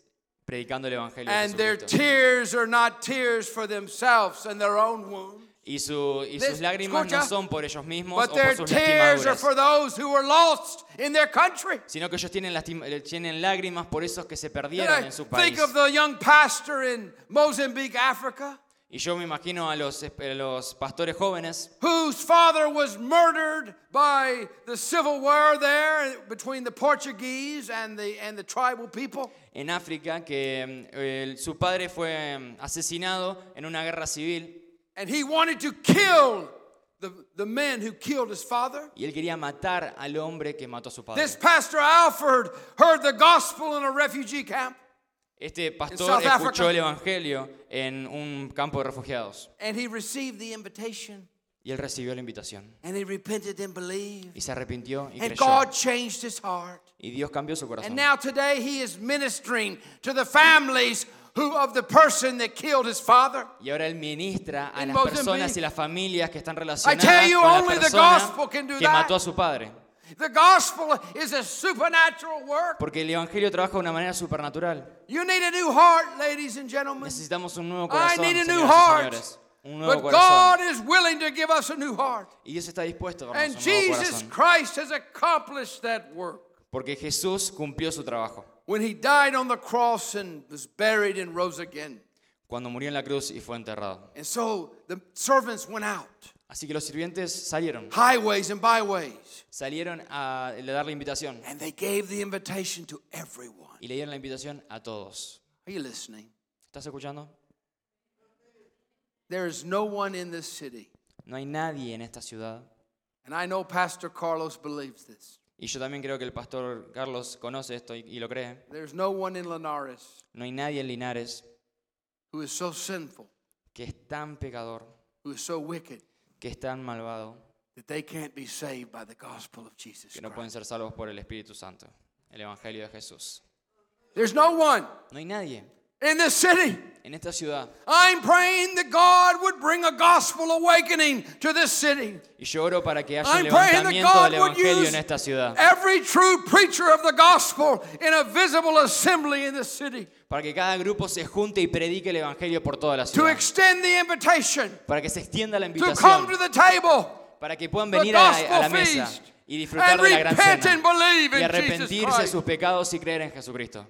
Speaker 2: predicando el evangelio. de
Speaker 1: And their
Speaker 2: Jesucristo.
Speaker 1: tears are not tears for themselves and their own wounds,
Speaker 2: Y, su- y sus
Speaker 1: This-
Speaker 2: lágrimas no
Speaker 1: escucha.
Speaker 2: son por ellos mismos
Speaker 1: but
Speaker 2: o por
Speaker 1: their
Speaker 2: sus
Speaker 1: tears are
Speaker 2: lastimaduras,
Speaker 1: for those who were lost in their country.
Speaker 2: sino que ellos tienen, lastim- eh, tienen lágrimas por esos que se
Speaker 1: And
Speaker 2: perdieron
Speaker 1: I
Speaker 2: en su
Speaker 1: think
Speaker 2: país.
Speaker 1: of the young pastor in Mozambique, Africa,
Speaker 2: Y yo me imagino a los, a los pastores jóvenes
Speaker 1: whose father was murdered by the civil war there between the Portuguese and the, and the tribal people.
Speaker 2: en África que mm, eh, su padre fue mm, asesinado en una guerra civil
Speaker 1: And he wanted to kill the, the men who killed his father.
Speaker 2: Y él quería matar al hombre que mató a su padre.
Speaker 1: This pastor Alford heard the gospel in a refugee camp,
Speaker 2: Este
Speaker 1: South
Speaker 2: pastor
Speaker 1: Africa.
Speaker 2: escuchó el evangelio en un campo de refugiados
Speaker 1: and he received the invitation,
Speaker 2: y él recibió la invitación
Speaker 1: and he repented and believed.
Speaker 2: y se arrepintió y
Speaker 1: And
Speaker 2: creyó
Speaker 1: God changed his heart.
Speaker 2: y Dios cambió su
Speaker 1: And
Speaker 2: corazón.
Speaker 1: now today he is ministering to the families who of the person that killed his father.
Speaker 2: Y ahora él ministra a
Speaker 1: In
Speaker 2: las
Speaker 1: Mozambique.
Speaker 2: personas y las familias que
Speaker 1: I
Speaker 2: están
Speaker 1: tell
Speaker 2: relacionadas
Speaker 1: you,
Speaker 2: con
Speaker 1: only
Speaker 2: la
Speaker 1: the gospel
Speaker 2: persona
Speaker 1: can do
Speaker 2: que
Speaker 1: that.
Speaker 2: mató a su padre,
Speaker 1: The gospel is a supernatural work.
Speaker 2: porque el evangelio trabaja de una manera supernatural.
Speaker 1: You need a new heart, ladies and gentlemen.
Speaker 2: Necesitamos un nuevo
Speaker 1: I
Speaker 2: corazón,
Speaker 1: need a new
Speaker 2: señoras y
Speaker 1: heart.
Speaker 2: señores, un nuevo
Speaker 1: But
Speaker 2: corazón.
Speaker 1: God is willing to give us a new heart.
Speaker 2: Y Dios está dispuesto a
Speaker 1: And
Speaker 2: darnos un nuevo
Speaker 1: Jesus
Speaker 2: corazón,
Speaker 1: Christ has accomplished that work.
Speaker 2: porque Jesús cumplió su trabajo.
Speaker 1: When he died on the cross and was buried and rose again.
Speaker 2: cuando murió en la cruz y fue enterrado.
Speaker 1: And so the servants went out,
Speaker 2: Así que los sirvientes salieron,
Speaker 1: highways and byways,
Speaker 2: salieron a le dar la invitación
Speaker 1: and they gave the invitation to everyone.
Speaker 2: y le dieron la invitación a todos.
Speaker 1: Are you listening?
Speaker 2: ¿Estás escuchando?
Speaker 1: There is no one in this city,
Speaker 2: No hay nadie en esta ciudad.
Speaker 1: and I know Pastor Carlos believes this.
Speaker 2: Y yo también creo que el pastor Carlos conoce esto y, y lo cree.
Speaker 1: There's no one in Linares
Speaker 2: No hay nadie en Linares
Speaker 1: who is so sinful,
Speaker 2: que es tan pecador,
Speaker 1: who is so wicked,
Speaker 2: que es tan malvado,
Speaker 1: that they can't be saved by the gospel of Jesus
Speaker 2: que no
Speaker 1: Christ.
Speaker 2: pueden ser salvos por el Espíritu Santo, el Evangelio de Jesús.
Speaker 1: There's no one
Speaker 2: No hay nadie
Speaker 1: in this city.
Speaker 2: en esta ciudad.
Speaker 1: I'm praying that God would bring a gospel awakening to this city.
Speaker 2: Y yo oro para que haya un
Speaker 1: I'm praying that
Speaker 2: levantamiento
Speaker 1: God
Speaker 2: del
Speaker 1: would
Speaker 2: Evangelio
Speaker 1: use
Speaker 2: en esta ciudad.
Speaker 1: every true preacher of the gospel in a visible assembly in this city
Speaker 2: Para que cada grupo se junte y predique el Evangelio por toda la
Speaker 1: to
Speaker 2: ciudad.
Speaker 1: extend the invitation
Speaker 2: Para que se extienda la
Speaker 1: to come to
Speaker 2: invitación.
Speaker 1: the table
Speaker 2: Para que puedan
Speaker 1: the
Speaker 2: venir a la, a la
Speaker 1: gospel
Speaker 2: mesa
Speaker 1: feast
Speaker 2: y disfrutar
Speaker 1: and
Speaker 2: de la gran
Speaker 1: repent and
Speaker 2: cena.
Speaker 1: believe
Speaker 2: Y
Speaker 1: in Jesus
Speaker 2: arrepentirse de
Speaker 1: Christ.
Speaker 2: sus pecados y creer en Jesucristo.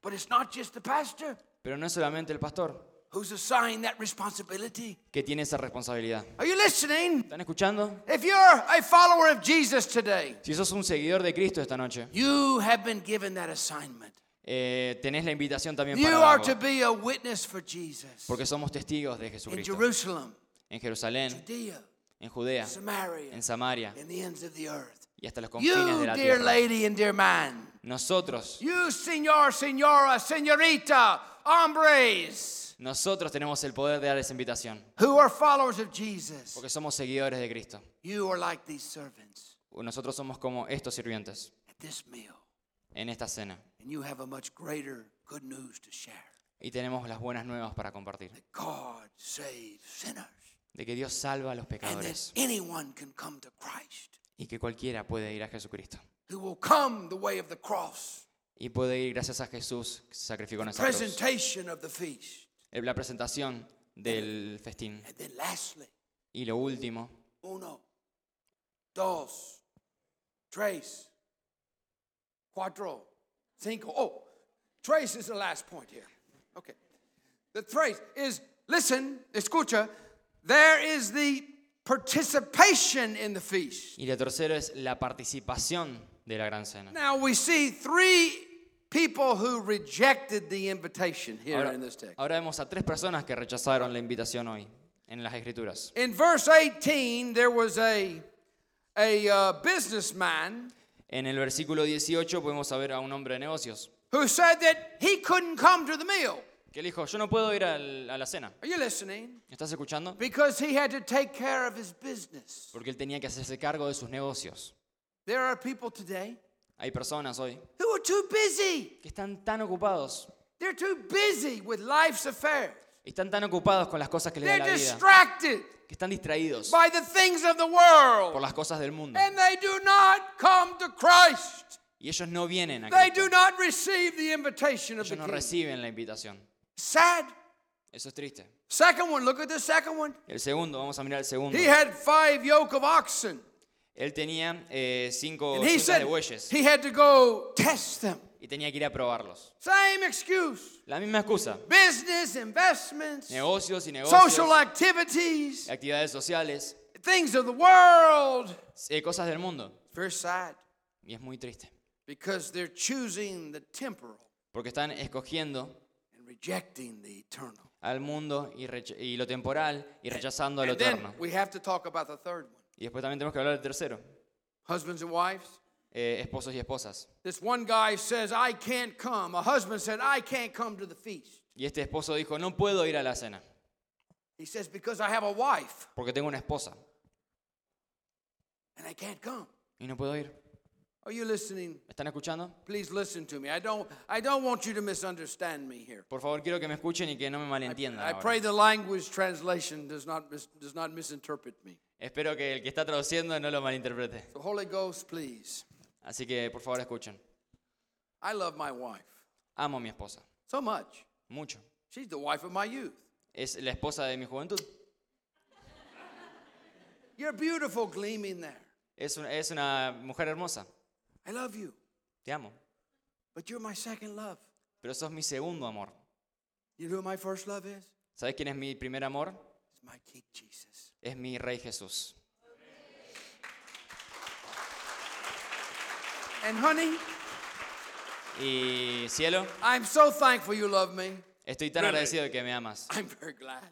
Speaker 1: But it's not just the pastor
Speaker 2: Pero no es solamente el pastor
Speaker 1: who's assigned that responsibility.
Speaker 2: que tiene esa responsabilidad.
Speaker 1: Are you listening?
Speaker 2: ¿Están escuchando?
Speaker 1: If you're a follower of Jesus today,
Speaker 2: Si sos un seguidor de Cristo esta noche,
Speaker 1: you have been given that assignment.
Speaker 2: eh, tenés la invitación también
Speaker 1: You
Speaker 2: para
Speaker 1: are
Speaker 2: darlo,
Speaker 1: to be a witness for Jesus
Speaker 2: Porque somos testigos de
Speaker 1: in
Speaker 2: Jesucristo.
Speaker 1: Jerusalem,
Speaker 2: En Jerusalén,
Speaker 1: Judea,
Speaker 2: en Judea,
Speaker 1: Samaria,
Speaker 2: en Samaria
Speaker 1: and the ends of the earth.
Speaker 2: y hasta los confines de
Speaker 1: You,
Speaker 2: la
Speaker 1: dear
Speaker 2: tierra.
Speaker 1: lady and dear man,
Speaker 2: Nosotros,
Speaker 1: you, senor, senora, senorita, hombres,
Speaker 2: nosotros tenemos el poder de dar esa invitación.
Speaker 1: who are followers of Jesus,
Speaker 2: Porque somos seguidores de Cristo.
Speaker 1: You are like these servants
Speaker 2: Nosotros somos como estos sirvientes
Speaker 1: at this meal,
Speaker 2: en esta cena.
Speaker 1: and you have a much greater good news to share.
Speaker 2: Y tenemos las buenas nuevas para compartir.
Speaker 1: That God saves sinners,
Speaker 2: De que Dios salva a los
Speaker 1: and that
Speaker 2: pecadores.
Speaker 1: anyone can come to Christ
Speaker 2: Y que cualquiera puede ir a Jesucristo.
Speaker 1: who will come the way of the cross,
Speaker 2: Y puede ir gracias a Jesús que se sacrificó en esa cruz.
Speaker 1: presentation of the feast.
Speaker 2: El- La presentación del festín.
Speaker 1: And then lastly,
Speaker 2: Y lo último,
Speaker 1: uno, dos, tres, cuatro, cinco. Oh, tres is the last point here. Okay. The tres is listen, escucha, there is the participation in the feast.
Speaker 2: y lo tercero es la participación de la gran cena.
Speaker 1: Now we see three people who rejected the invitation here
Speaker 2: Ahora,
Speaker 1: in this text.
Speaker 2: ahora vemos a tres personas que rechazaron la invitación hoy en las escrituras.
Speaker 1: In verse 18, there was a, a uh, businessman
Speaker 2: En el versículo 18 podemos saber a un hombre de negocios
Speaker 1: who said that he couldn't come to the meal.
Speaker 2: que le dijo, yo no puedo ir al- a la cena.
Speaker 1: Are you listening?
Speaker 2: ¿Estás escuchando?
Speaker 1: Because he had to take care of his business.
Speaker 2: Porque él tenía que hacerse cargo de sus negocios.
Speaker 1: There are people today
Speaker 2: Hay personas hoy
Speaker 1: who are too busy.
Speaker 2: que están tan ocupados,
Speaker 1: They're too busy with life's affairs.
Speaker 2: están tan ocupados con las cosas que les da
Speaker 1: They're
Speaker 2: la vida,
Speaker 1: distracted
Speaker 2: que están distraídos
Speaker 1: by the things of the
Speaker 2: por
Speaker 1: world.
Speaker 2: las cosas del mundo.
Speaker 1: And they do not come to Christ.
Speaker 2: Y ellos no vienen a
Speaker 1: They
Speaker 2: Cristo.
Speaker 1: do not receive the invitation of the
Speaker 2: Ellos no
Speaker 1: king.
Speaker 2: reciben la invitación.
Speaker 1: Sad.
Speaker 2: Eso es triste.
Speaker 1: Second one, look at the second one.
Speaker 2: El segundo, vamos a mirar el segundo.
Speaker 1: He had five yoke of oxen.
Speaker 2: Él tenía eh, cinco
Speaker 1: And he
Speaker 2: cintas de
Speaker 1: said
Speaker 2: bueyes
Speaker 1: he had to go test them.
Speaker 2: y tenía que ir a probarlos.
Speaker 1: Same excuse.
Speaker 2: La misma excusa.
Speaker 1: Business, investments,
Speaker 2: Negocios y negocios,
Speaker 1: social activities,
Speaker 2: actividades sociales,
Speaker 1: things of the world.
Speaker 2: eh, cosas del mundo.
Speaker 1: Very sad
Speaker 2: Y es muy triste.
Speaker 1: because they're choosing the temporal
Speaker 2: Porque están escogiendo
Speaker 1: and rejecting the eternal.
Speaker 2: al mundo y, rech- y lo temporal y rechazando a lo
Speaker 1: And then
Speaker 2: eterno.
Speaker 1: we have to talk about the third one
Speaker 2: Y después también tenemos que hablar del tercero.
Speaker 1: husbands and wives.
Speaker 2: eh, esposos y esposas.
Speaker 1: This one guy says, I can't come. A husband said, I can't come to the feast.
Speaker 2: Y este esposo dijo, no puedo ir a la cena
Speaker 1: He says, Because I have a wife
Speaker 2: porque tengo una esposa
Speaker 1: and I can't come.
Speaker 2: y no puedo ir.
Speaker 1: Are you listening?
Speaker 2: ¿Están escuchando?
Speaker 1: Please listen to me. I don't, I don't want you to misunderstand me here.
Speaker 2: Por favor, quiero que me escuchen y que no me malentiendan.
Speaker 1: I
Speaker 2: ahora.
Speaker 1: pray the language translation does not, mis, does not misinterpret me.
Speaker 2: Espero que el que está traduciendo no lo malinterprete.
Speaker 1: So, Holy Ghost, please.
Speaker 2: Así que, por favor, escuchen.
Speaker 1: I love my wife
Speaker 2: Amo a mi esposa,
Speaker 1: so much.
Speaker 2: mucho.
Speaker 1: She's the wife of my youth.
Speaker 2: Es la esposa de mi juventud.
Speaker 1: You're beautiful, gleaming there.
Speaker 2: Es una, es una mujer hermosa.
Speaker 1: I love you,
Speaker 2: Te amo.
Speaker 1: but you're my second love.
Speaker 2: Pero sos mi segundo amor.
Speaker 1: You know who my first love is? It's
Speaker 2: ¿Sabes quién es mi primer amor?
Speaker 1: my King Jesus.
Speaker 2: Es mi Rey Jesús.
Speaker 1: And honey,
Speaker 2: Y cielo,
Speaker 1: I'm so thankful you love me.
Speaker 2: estoy tan
Speaker 1: Really?
Speaker 2: agradecido de que me amas.
Speaker 1: I'm very glad.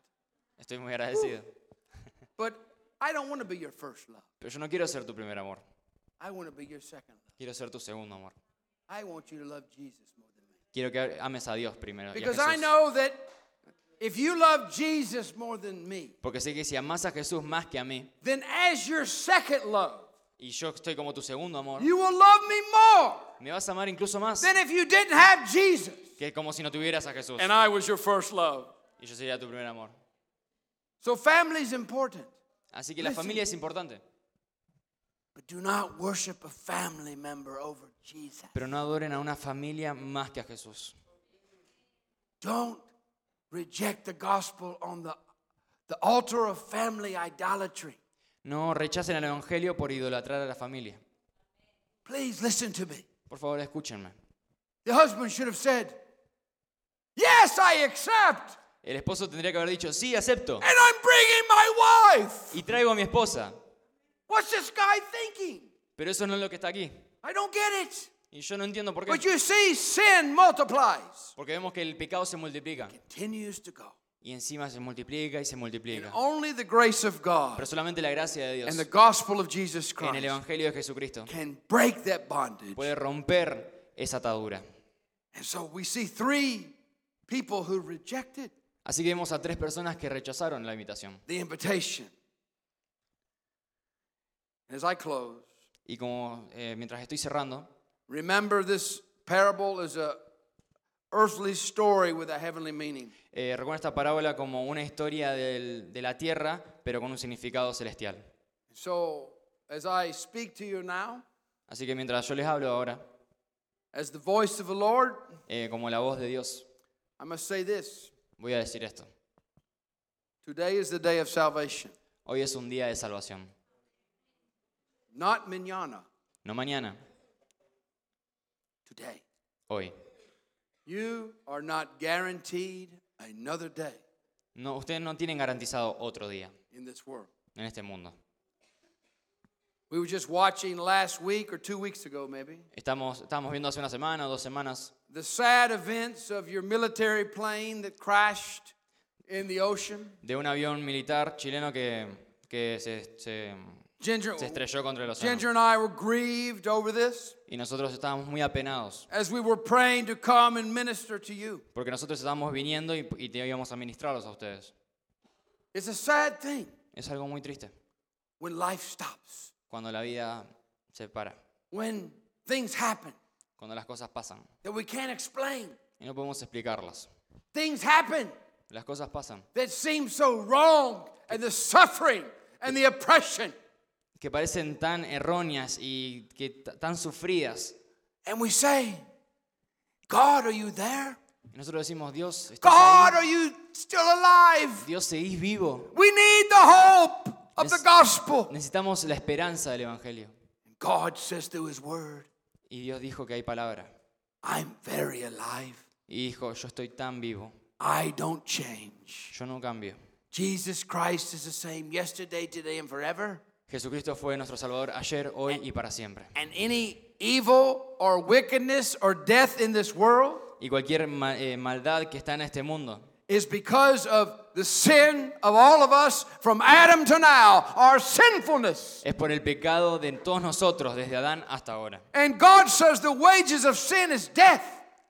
Speaker 2: Estoy muy agradecido.
Speaker 1: Uh. But I don't want to be your first love.
Speaker 2: Pero yo no quiero ser tu primer amor.
Speaker 1: I want to be your second love.
Speaker 2: Quiero ser tu segundo amor.
Speaker 1: I want you to love Jesus more than me.
Speaker 2: Quiero que ames a Dios primero. y a
Speaker 1: Because I
Speaker 2: Jesús.
Speaker 1: know that if you love Jesus more than me,
Speaker 2: Porque sé que si amas a Jesús más que a mí,
Speaker 1: then as your second love,
Speaker 2: y yo estoy como tu segundo amor,
Speaker 1: you will love me more
Speaker 2: me vas a amar incluso más
Speaker 1: than if you didn't have Jesus.
Speaker 2: que como si no tuvieras a Jesús.
Speaker 1: I was your first love.
Speaker 2: Y yo sería tu primer amor.
Speaker 1: So family is important,
Speaker 2: Así que la
Speaker 1: Listen.
Speaker 2: familia es importante.
Speaker 1: but do not worship a family member over Jesus.
Speaker 2: Pero no adoren a una familia más que a Jesús.
Speaker 1: Don't reject the gospel on the, the altar of family idolatry.
Speaker 2: No rechacen al Evangelio por idolatrar a la familia.
Speaker 1: Please listen to me.
Speaker 2: Por favor, escúchenme.
Speaker 1: The husband should have said, Yes, I accept,
Speaker 2: El esposo tendría que haber dicho, sí, acepto.
Speaker 1: and I'm bringing my wife.
Speaker 2: Y traigo a mi esposa.
Speaker 1: What's this guy thinking?
Speaker 2: Pero eso no es lo que está aquí.
Speaker 1: I don't get it.
Speaker 2: Y yo no entiendo por
Speaker 1: But
Speaker 2: qué.
Speaker 1: you see, sin multiplies,
Speaker 2: Porque vemos que el pecado se multiplica.
Speaker 1: continues to go.
Speaker 2: Y encima se multiplica y se multiplica.
Speaker 1: Only the grace of God
Speaker 2: Pero solamente la gracia de Dios
Speaker 1: and the gospel of Jesus
Speaker 2: en el
Speaker 1: Christ
Speaker 2: Evangelio de Jesucristo
Speaker 1: can break that bondage.
Speaker 2: puede romper esa atadura.
Speaker 1: And so we see three people who rejected
Speaker 2: Así que vemos a tres personas que rechazaron la invitación.
Speaker 1: the invitation. As I close,
Speaker 2: Y como eh, mientras estoy cerrando,
Speaker 1: remember this parable is a earthly story with a heavenly meaning.
Speaker 2: eh, recuerdo esta parábola como una historia del- de la tierra, pero con un significado celestial.
Speaker 1: So as I speak to you now,
Speaker 2: Así que mientras yo les hablo ahora,
Speaker 1: as the voice of the Lord,
Speaker 2: eh, como la voz de Dios,
Speaker 1: I must say this.
Speaker 2: voy a decir esto.
Speaker 1: Today is the day of salvation,
Speaker 2: Hoy es un día de salvación.
Speaker 1: not manana.
Speaker 2: No mañana,
Speaker 1: Today.
Speaker 2: hoy.
Speaker 1: You are not guaranteed another day
Speaker 2: No, ustedes no tienen garantizado otro día
Speaker 1: in this world.
Speaker 2: en este mundo.
Speaker 1: We were just watching last week or two weeks ago, maybe,
Speaker 2: Estamos, estábamos viendo hace una semana o dos semanas
Speaker 1: the sad events of your military plane that crashed in the ocean.
Speaker 2: de un avión militar chileno que, que se, se-
Speaker 1: Ginger,
Speaker 2: se estrelló contra el
Speaker 1: Ginger
Speaker 2: océano.
Speaker 1: and I were grieved over this
Speaker 2: Y nosotros estábamos muy apenados
Speaker 1: as we were praying to come and minister to you.
Speaker 2: porque nosotros estábamos viniendo y, y te íbamos a ministrarlos a ustedes.
Speaker 1: It's a sad thing
Speaker 2: Es algo muy triste
Speaker 1: when life stops,
Speaker 2: cuando la vida se para,
Speaker 1: when things happen
Speaker 2: cuando las cosas pasan
Speaker 1: that we can't explain.
Speaker 2: y no podemos explicarlas.
Speaker 1: Things happen
Speaker 2: Las cosas pasan.
Speaker 1: that seem so wrong, and the suffering and the oppression,
Speaker 2: que parecen tan erróneas y que t- tan sufridas.
Speaker 1: and we say, God, are you there?
Speaker 2: Y nosotros decimos, Dios, ¿estás
Speaker 1: God,
Speaker 2: ahí?
Speaker 1: are you still alive?
Speaker 2: Dios, seguís vivo.
Speaker 1: We need the hope of the
Speaker 2: Yes.
Speaker 1: gospel.
Speaker 2: Necesitamos la esperanza del Evangelio.
Speaker 1: God says through his word,
Speaker 2: Y Dios dijo que hay palabra.
Speaker 1: I'm very alive.
Speaker 2: Y dijo, yo estoy tan vivo.
Speaker 1: I don't change.
Speaker 2: Yo no cambio.
Speaker 1: Jesus Christ is the same yesterday, today, and forever.
Speaker 2: Jesucristo fue nuestro Salvador ayer, hoy y para siempre.
Speaker 1: And any evil or wickedness or death in this world
Speaker 2: Y cualquier ma- eh, maldad que está en este mundo
Speaker 1: is because of the sin of all of us from Adam to now, our sinfulness.
Speaker 2: es por el pecado de todos nosotros, desde Adán hasta ahora.
Speaker 1: And God says the wages of sin is death,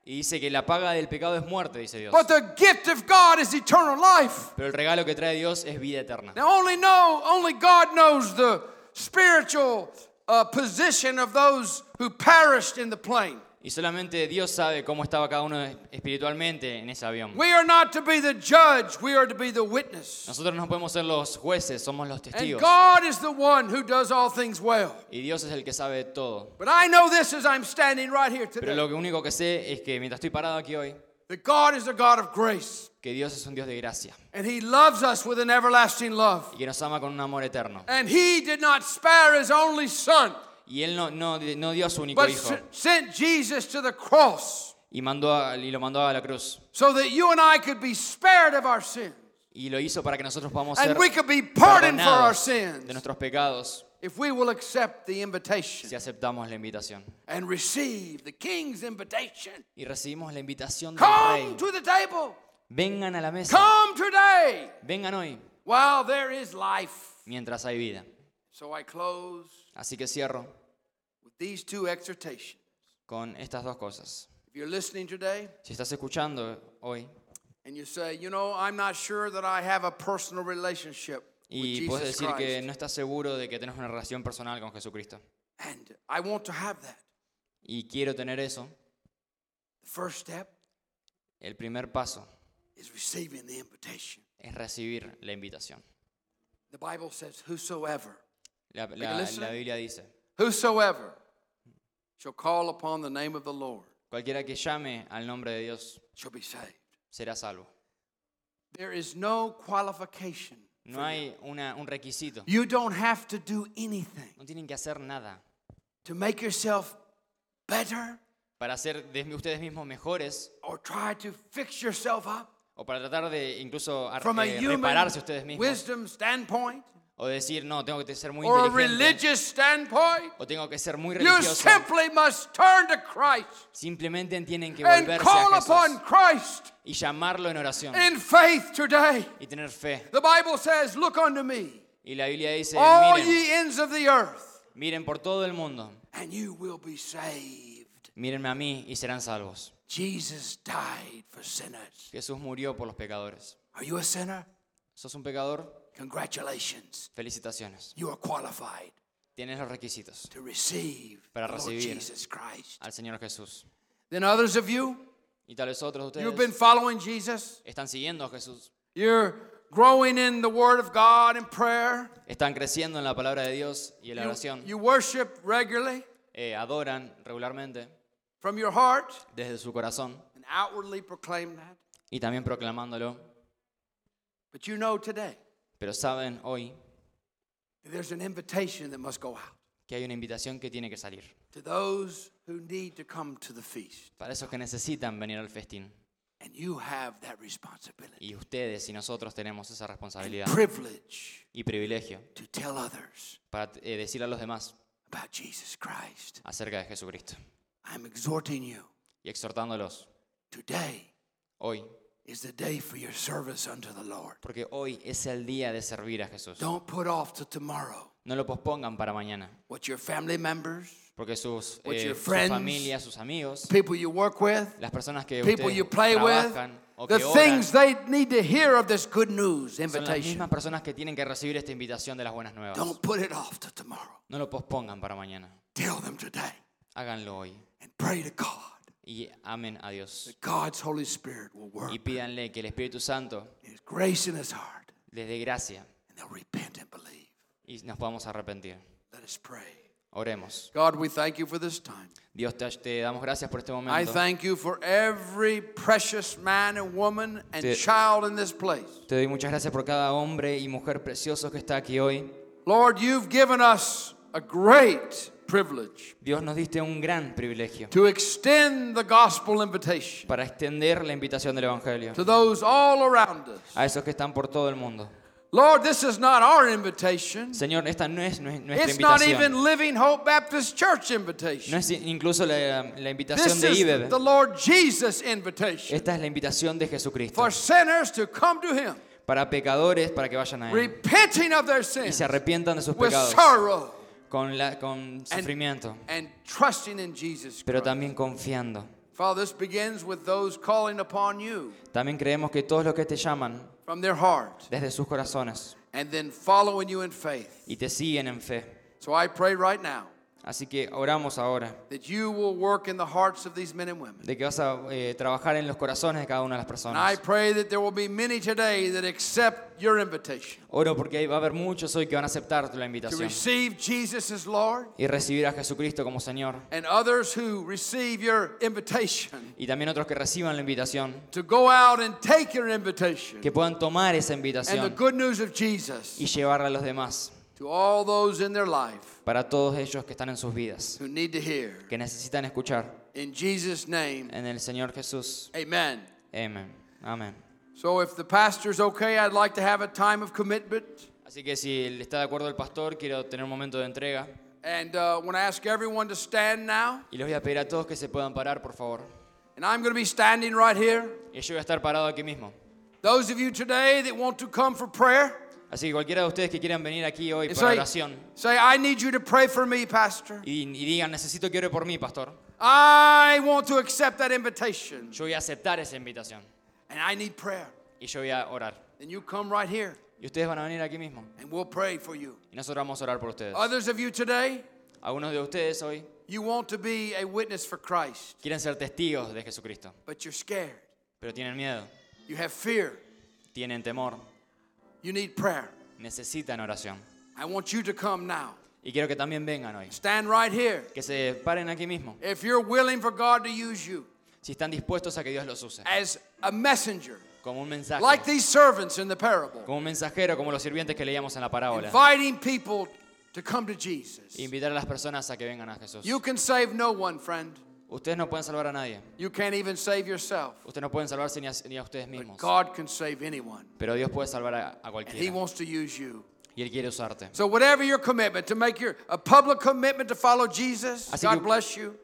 Speaker 2: Y dice que la paga del pecado es muerte, dice Dios.
Speaker 1: but the gift of God is eternal life.
Speaker 2: Pero el regalo que trae Dios es vida eterna.
Speaker 1: Now only know, only God knows the spiritual uh, position of those who perished in the plane.
Speaker 2: Y solamente Dios sabe cómo estaba cada uno espiritualmente en ese avión.
Speaker 1: We are not to be the judge, we are to be the witness.
Speaker 2: Nosotros no podemos ser los jueces, somos los
Speaker 1: And
Speaker 2: testigos.
Speaker 1: God is the one who does all things well.
Speaker 2: Y Dios es el que sabe todo.
Speaker 1: But I know this as I'm standing right here
Speaker 2: Pero
Speaker 1: today
Speaker 2: lo que único que sé es que mientras estoy parado aquí hoy,
Speaker 1: that God is a God of grace.
Speaker 2: que Dios es un Dios de gracia
Speaker 1: And he loves us with an everlasting love.
Speaker 2: y que nos ama con un amor eterno.
Speaker 1: And he did not spare his only son,
Speaker 2: Y Él no, no, no dio a su único
Speaker 1: but
Speaker 2: hijo
Speaker 1: s- sent Jesus to the cross
Speaker 2: y, mandó a- y lo mandó a la cruz.
Speaker 1: so that you and I could be spared of our sins
Speaker 2: Y lo hizo para que nosotros podamos ser
Speaker 1: and we could be pardoned for our
Speaker 2: perdonados de
Speaker 1: sins
Speaker 2: nuestros pecados
Speaker 1: if we will accept the invitation
Speaker 2: si aceptamos la invitación.
Speaker 1: and receive the king's invitation.
Speaker 2: Y recibimos la invitación del Rey.
Speaker 1: Come to the table.
Speaker 2: Vengan a la mesa,
Speaker 1: Come today
Speaker 2: vengan hoy,
Speaker 1: while there is life.
Speaker 2: mientras hay vida.
Speaker 1: So I close
Speaker 2: Así que cierro
Speaker 1: with these two exhortations.
Speaker 2: con estas dos cosas.
Speaker 1: If you're listening today,
Speaker 2: Si estás escuchando hoy
Speaker 1: and you say, you know, I'm not sure that I have a personal relationship with
Speaker 2: y puedes
Speaker 1: Jesus
Speaker 2: decir
Speaker 1: Christ,
Speaker 2: que no estás seguro de que tenés una relación personal con Jesucristo
Speaker 1: and I want to have that.
Speaker 2: y quiero tener eso,
Speaker 1: The first step
Speaker 2: el primer paso
Speaker 1: is receiving the invitation.
Speaker 2: es recibir la invitación.
Speaker 1: The Bible says, whosoever,
Speaker 2: La, la-
Speaker 1: listen.
Speaker 2: la Biblia dice,
Speaker 1: whosoever shall call upon the name of the Lord
Speaker 2: cualquiera que llame al nombre de Dios
Speaker 1: shall be saved.
Speaker 2: será salvo.
Speaker 1: There is no qualification.
Speaker 2: No hay una- un requisito.
Speaker 1: You don't have to do anything
Speaker 2: No tienen que hacer nada.
Speaker 1: to make yourself better
Speaker 2: Para ser de ustedes mismos mejores
Speaker 1: or try to fix yourself up
Speaker 2: o para tratar de incluso ar-
Speaker 1: from a
Speaker 2: eh,
Speaker 1: human
Speaker 2: repararse ustedes mismos.
Speaker 1: wisdom standpoint
Speaker 2: O decir, no, tengo que ser muy
Speaker 1: or a
Speaker 2: inteligente.
Speaker 1: religious standpoint.
Speaker 2: O tengo que ser muy
Speaker 1: You
Speaker 2: religioso.
Speaker 1: simply must turn to Christ
Speaker 2: Simplemente tienen que
Speaker 1: and
Speaker 2: volverse
Speaker 1: call
Speaker 2: a
Speaker 1: upon
Speaker 2: Jesús
Speaker 1: Christ
Speaker 2: y llamarlo en oración
Speaker 1: in faith today.
Speaker 2: y tener fe.
Speaker 1: The Bible says, Look unto me,
Speaker 2: Y la Biblia dice,
Speaker 1: all
Speaker 2: miren,
Speaker 1: ye ends of the earth,
Speaker 2: miren por todo el mundo,
Speaker 1: and you will be saved.
Speaker 2: mírenme a mí y serán salvos.
Speaker 1: Jesus died for sinners.
Speaker 2: Jesús murió por los pecadores.
Speaker 1: Are you a sinner?
Speaker 2: ¿Sos un pecador?
Speaker 1: Congratulations.
Speaker 2: Felicitaciones.
Speaker 1: You are qualified
Speaker 2: Tienes los requisitos
Speaker 1: to receive the
Speaker 2: Para
Speaker 1: Lord
Speaker 2: recibir.
Speaker 1: Jesus Christ.
Speaker 2: al Señor Jesús.
Speaker 1: Then others of you,
Speaker 2: Y tal vez otros de
Speaker 1: you've been
Speaker 2: ustedes
Speaker 1: following Jesus.
Speaker 2: están siguiendo a Jesús,
Speaker 1: You're growing in the Word of God and prayer.
Speaker 2: están creciendo en la palabra de Dios y en la
Speaker 1: You-
Speaker 2: oración,
Speaker 1: you worship regularly
Speaker 2: eh, adoran regularmente
Speaker 1: from your heart
Speaker 2: desde su corazón
Speaker 1: and outwardly proclaim that.
Speaker 2: y también proclamándolo.
Speaker 1: But you know today
Speaker 2: Pero saben hoy
Speaker 1: that there's an invitation that must go out
Speaker 2: que hay una invitación que tiene que salir.
Speaker 1: to those who need to come to the feast.
Speaker 2: para esos que necesitan venir al festín.
Speaker 1: And you have that responsibility,
Speaker 2: Y ustedes y nosotros tenemos esa responsabilidad
Speaker 1: privilege
Speaker 2: y privilegio
Speaker 1: to tell others
Speaker 2: para eh, decir a los demás
Speaker 1: about Jesus Christ.
Speaker 2: acerca de Jesucristo.
Speaker 1: I'm exhorting you
Speaker 2: Y exhortándolos
Speaker 1: today
Speaker 2: hoy,
Speaker 1: is the day for your service unto the Lord.
Speaker 2: porque hoy es el día de servir a Jesús.
Speaker 1: Don't put off till tomorrow
Speaker 2: No lo pospongan para mañana,
Speaker 1: what your family members,
Speaker 2: porque sus,
Speaker 1: With
Speaker 2: eh,
Speaker 1: your
Speaker 2: su
Speaker 1: friends,
Speaker 2: familia, sus amigos,
Speaker 1: people you work with,
Speaker 2: las personas que
Speaker 1: people
Speaker 2: ustedes
Speaker 1: you play with,
Speaker 2: trabajan o
Speaker 1: the
Speaker 2: que oran,
Speaker 1: things they need to hear of this good news
Speaker 2: son las
Speaker 1: invitation.
Speaker 2: mismas personas que tienen que recibir esta invitación de las buenas nuevas.
Speaker 1: Don't put it off till tomorrow.
Speaker 2: No lo pospongan para mañana.
Speaker 1: Tell them today
Speaker 2: Háganlo hoy
Speaker 1: and pray to God
Speaker 2: y amen a Dios.
Speaker 1: that God's Holy Spirit will work
Speaker 2: Y pídanle que el Espíritu Santo
Speaker 1: His grace in His heart
Speaker 2: les dé gracia
Speaker 1: and they'll repent and believe.
Speaker 2: y nos podamos arrepentir.
Speaker 1: Let us pray.
Speaker 2: Oremos.
Speaker 1: God, we thank you for this time.
Speaker 2: Dios, te, te damos gracias por este
Speaker 1: I
Speaker 2: momento.
Speaker 1: thank you for every precious man and woman and
Speaker 2: Te-
Speaker 1: child in this place.
Speaker 2: Te doy muchas gracias por cada hombre y mujer precioso que está aquí hoy.
Speaker 1: Lord, you've given us a great privilege
Speaker 2: Dios nos diste un gran privilegio
Speaker 1: to extend the gospel invitation
Speaker 2: para extender la invitación del Evangelio
Speaker 1: to those all around us.
Speaker 2: a esos que están por todo el mundo.
Speaker 1: Lord, this is not our invitation.
Speaker 2: Señor, esta no es nue- nuestra
Speaker 1: It's not even
Speaker 2: invitación.
Speaker 1: Living Hope Baptist Church
Speaker 2: No
Speaker 1: invitation.
Speaker 2: es i- incluso la, la invitación
Speaker 1: This
Speaker 2: de
Speaker 1: is
Speaker 2: IBEB.
Speaker 1: the Lord Jesus invitation
Speaker 2: Esta es la invitación de Jesucristo
Speaker 1: for sinners to come to Him,
Speaker 2: para pecadores, para que vayan a Él
Speaker 1: repenting of their
Speaker 2: y
Speaker 1: sins
Speaker 2: se arrepientan de sus
Speaker 1: with
Speaker 2: pecados
Speaker 1: sorrow
Speaker 2: con, la, con sufrimiento,
Speaker 1: and trusting in Jesus
Speaker 2: pero
Speaker 1: Christ.
Speaker 2: también confiando.
Speaker 1: Father, this begins with those calling upon you
Speaker 2: También creemos que todos los que te llaman
Speaker 1: from their heart
Speaker 2: desde sus corazones
Speaker 1: and then following you in faith.
Speaker 2: y te siguen en fe.
Speaker 1: So I pray right now
Speaker 2: Así que oramos ahora
Speaker 1: that you will work in the hearts of these men and women.
Speaker 2: de que vas a eh, trabajar en los corazones de cada una de las
Speaker 1: And I
Speaker 2: personas.
Speaker 1: pray that there will be many today that accept your invitation
Speaker 2: Oro porque va a haber muchos hoy que van a aceptar la
Speaker 1: to
Speaker 2: invitación
Speaker 1: receive Jesus as Lord
Speaker 2: y recibir a Jesucristo como Señor.
Speaker 1: and others who receive your invitation
Speaker 2: Y también otros que reciban la invitación,
Speaker 1: to go out and take your invitation
Speaker 2: que puedan tomar esa
Speaker 1: and the
Speaker 2: invitación
Speaker 1: good news of Jesus
Speaker 2: y llevarla a los demás,
Speaker 1: to all those in their life
Speaker 2: para todos ellos que están en sus vidas,
Speaker 1: who need to hear.
Speaker 2: que necesitan escuchar.
Speaker 1: In Jesus' name,
Speaker 2: En el Señor Jesús.
Speaker 1: amen.
Speaker 2: Amén. Amén.
Speaker 1: So if the pastor's okay, I'd like to have a time of commitment.
Speaker 2: Así que si le está de acuerdo el pastor, quiero tener un momento de entrega.
Speaker 1: And uh, when I ask everyone to stand now,
Speaker 2: Y les voy a pedir a todos que se puedan parar, por favor.
Speaker 1: and I'm going to be standing right here.
Speaker 2: Y yo voy a estar parado aquí mismo.
Speaker 1: Those of you today that want to come for prayer,
Speaker 2: Así que cualquiera de ustedes que quieran venir aquí hoy
Speaker 1: and
Speaker 2: para
Speaker 1: say,
Speaker 2: oración
Speaker 1: say, I need you to pray for me, Pastor.
Speaker 2: y, y digan, necesito que ore por mí, pastor.
Speaker 1: I want to accept that invitation,
Speaker 2: Yo voy a aceptar esa invitación
Speaker 1: and I need prayer.
Speaker 2: y yo voy a orar.
Speaker 1: Then you come right here,
Speaker 2: Y ustedes van a venir aquí mismo
Speaker 1: and we'll pray for you.
Speaker 2: y nosotros vamos a orar por ustedes.
Speaker 1: Others of you today,
Speaker 2: Algunos de ustedes hoy
Speaker 1: you want to be a witness for Christ,
Speaker 2: quieren ser testigos de Jesucristo,
Speaker 1: but you're scared.
Speaker 2: pero tienen miedo,
Speaker 1: You have fear.
Speaker 2: tienen temor,
Speaker 1: You need prayer.
Speaker 2: necesitan oración.
Speaker 1: I want you to come now.
Speaker 2: Y quiero que también vengan hoy,
Speaker 1: Stand right here.
Speaker 2: que se paren aquí mismo,
Speaker 1: If you're willing for God to use you
Speaker 2: si están dispuestos a que Dios los use,
Speaker 1: as a messenger,
Speaker 2: como un mensaje,
Speaker 1: like these servants in the parable,
Speaker 2: como un mensajero, como los sirvientes que leíamos en la parábola.
Speaker 1: inviting people to come to Jesus.
Speaker 2: Invitar a las personas a que vengan a Jesús.
Speaker 1: You can save no one, friend.
Speaker 2: Ustedes no pueden salvar a nadie.
Speaker 1: You can't even save yourself.
Speaker 2: Ustedes no pueden salvarse ni a, ni a ustedes mismos.
Speaker 1: But God can save anyone,
Speaker 2: Pero Dios puede salvar a, a
Speaker 1: and He
Speaker 2: cualquiera.
Speaker 1: wants to use you.
Speaker 2: Y Él quiere usarte.
Speaker 1: So, whatever your commitment to make your a public commitment to follow Jesus,
Speaker 2: Así
Speaker 1: God
Speaker 2: que-
Speaker 1: bless you,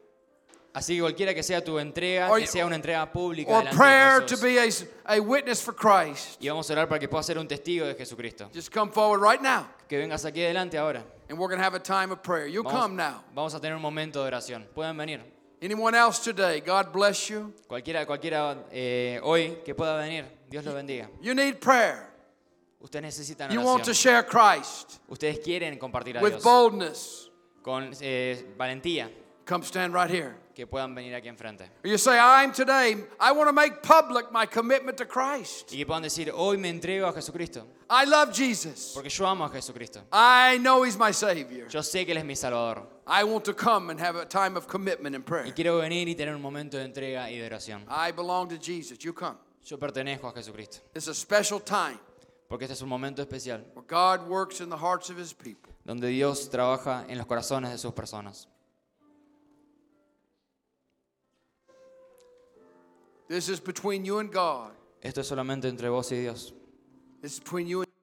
Speaker 2: Así que cualquiera que sea tu entrega,
Speaker 1: Or-
Speaker 2: que sea una entrega pública
Speaker 1: or
Speaker 2: delante
Speaker 1: prayer
Speaker 2: de
Speaker 1: to
Speaker 2: Jesús.
Speaker 1: be a, a witness for Christ.
Speaker 2: Y vamos a orar para que puedas ser un testigo de Jesucristo.
Speaker 1: Just come forward right now,
Speaker 2: Que vengas aquí adelante ahora.
Speaker 1: and we're going to have a time of prayer. You
Speaker 2: Vamos,
Speaker 1: come now.
Speaker 2: vamos a tener un momento de oración. Pueden venir.
Speaker 1: Anyone else today? God bless you.
Speaker 2: Cualquiera, cualquiera eh, hoy que pueda venir, Dios los bendiga.
Speaker 1: You need prayer.
Speaker 2: Ustedes necesitan
Speaker 1: You want to
Speaker 2: oración.
Speaker 1: share Christ
Speaker 2: Ustedes quieren compartir a
Speaker 1: with
Speaker 2: Dios
Speaker 1: boldness.
Speaker 2: con eh, valentía.
Speaker 1: Come stand right here.
Speaker 2: Que puedan venir aquí enfrente.
Speaker 1: Or you say, I'm today, I want to make public my commitment to Christ.
Speaker 2: Y que puedan decir, hoy me entrego a Jesucristo.
Speaker 1: I love Jesus.
Speaker 2: Porque yo amo a Jesucristo.
Speaker 1: I know He's my Savior.
Speaker 2: Yo sé que Él es mi Salvador.
Speaker 1: I want to come and have a time of commitment and
Speaker 2: Y
Speaker 1: prayer.
Speaker 2: quiero venir y tener un momento de entrega y de oración.
Speaker 1: I belong to Jesus. You come.
Speaker 2: Yo pertenezco a Jesucristo.
Speaker 1: It's a special time
Speaker 2: Porque este es un momento especial
Speaker 1: where God works in the hearts of His people.
Speaker 2: donde Dios trabaja en los corazones de sus personas. This is between you and God.
Speaker 1: Esto es solamente entre vos y Dios.
Speaker 2: It's between you and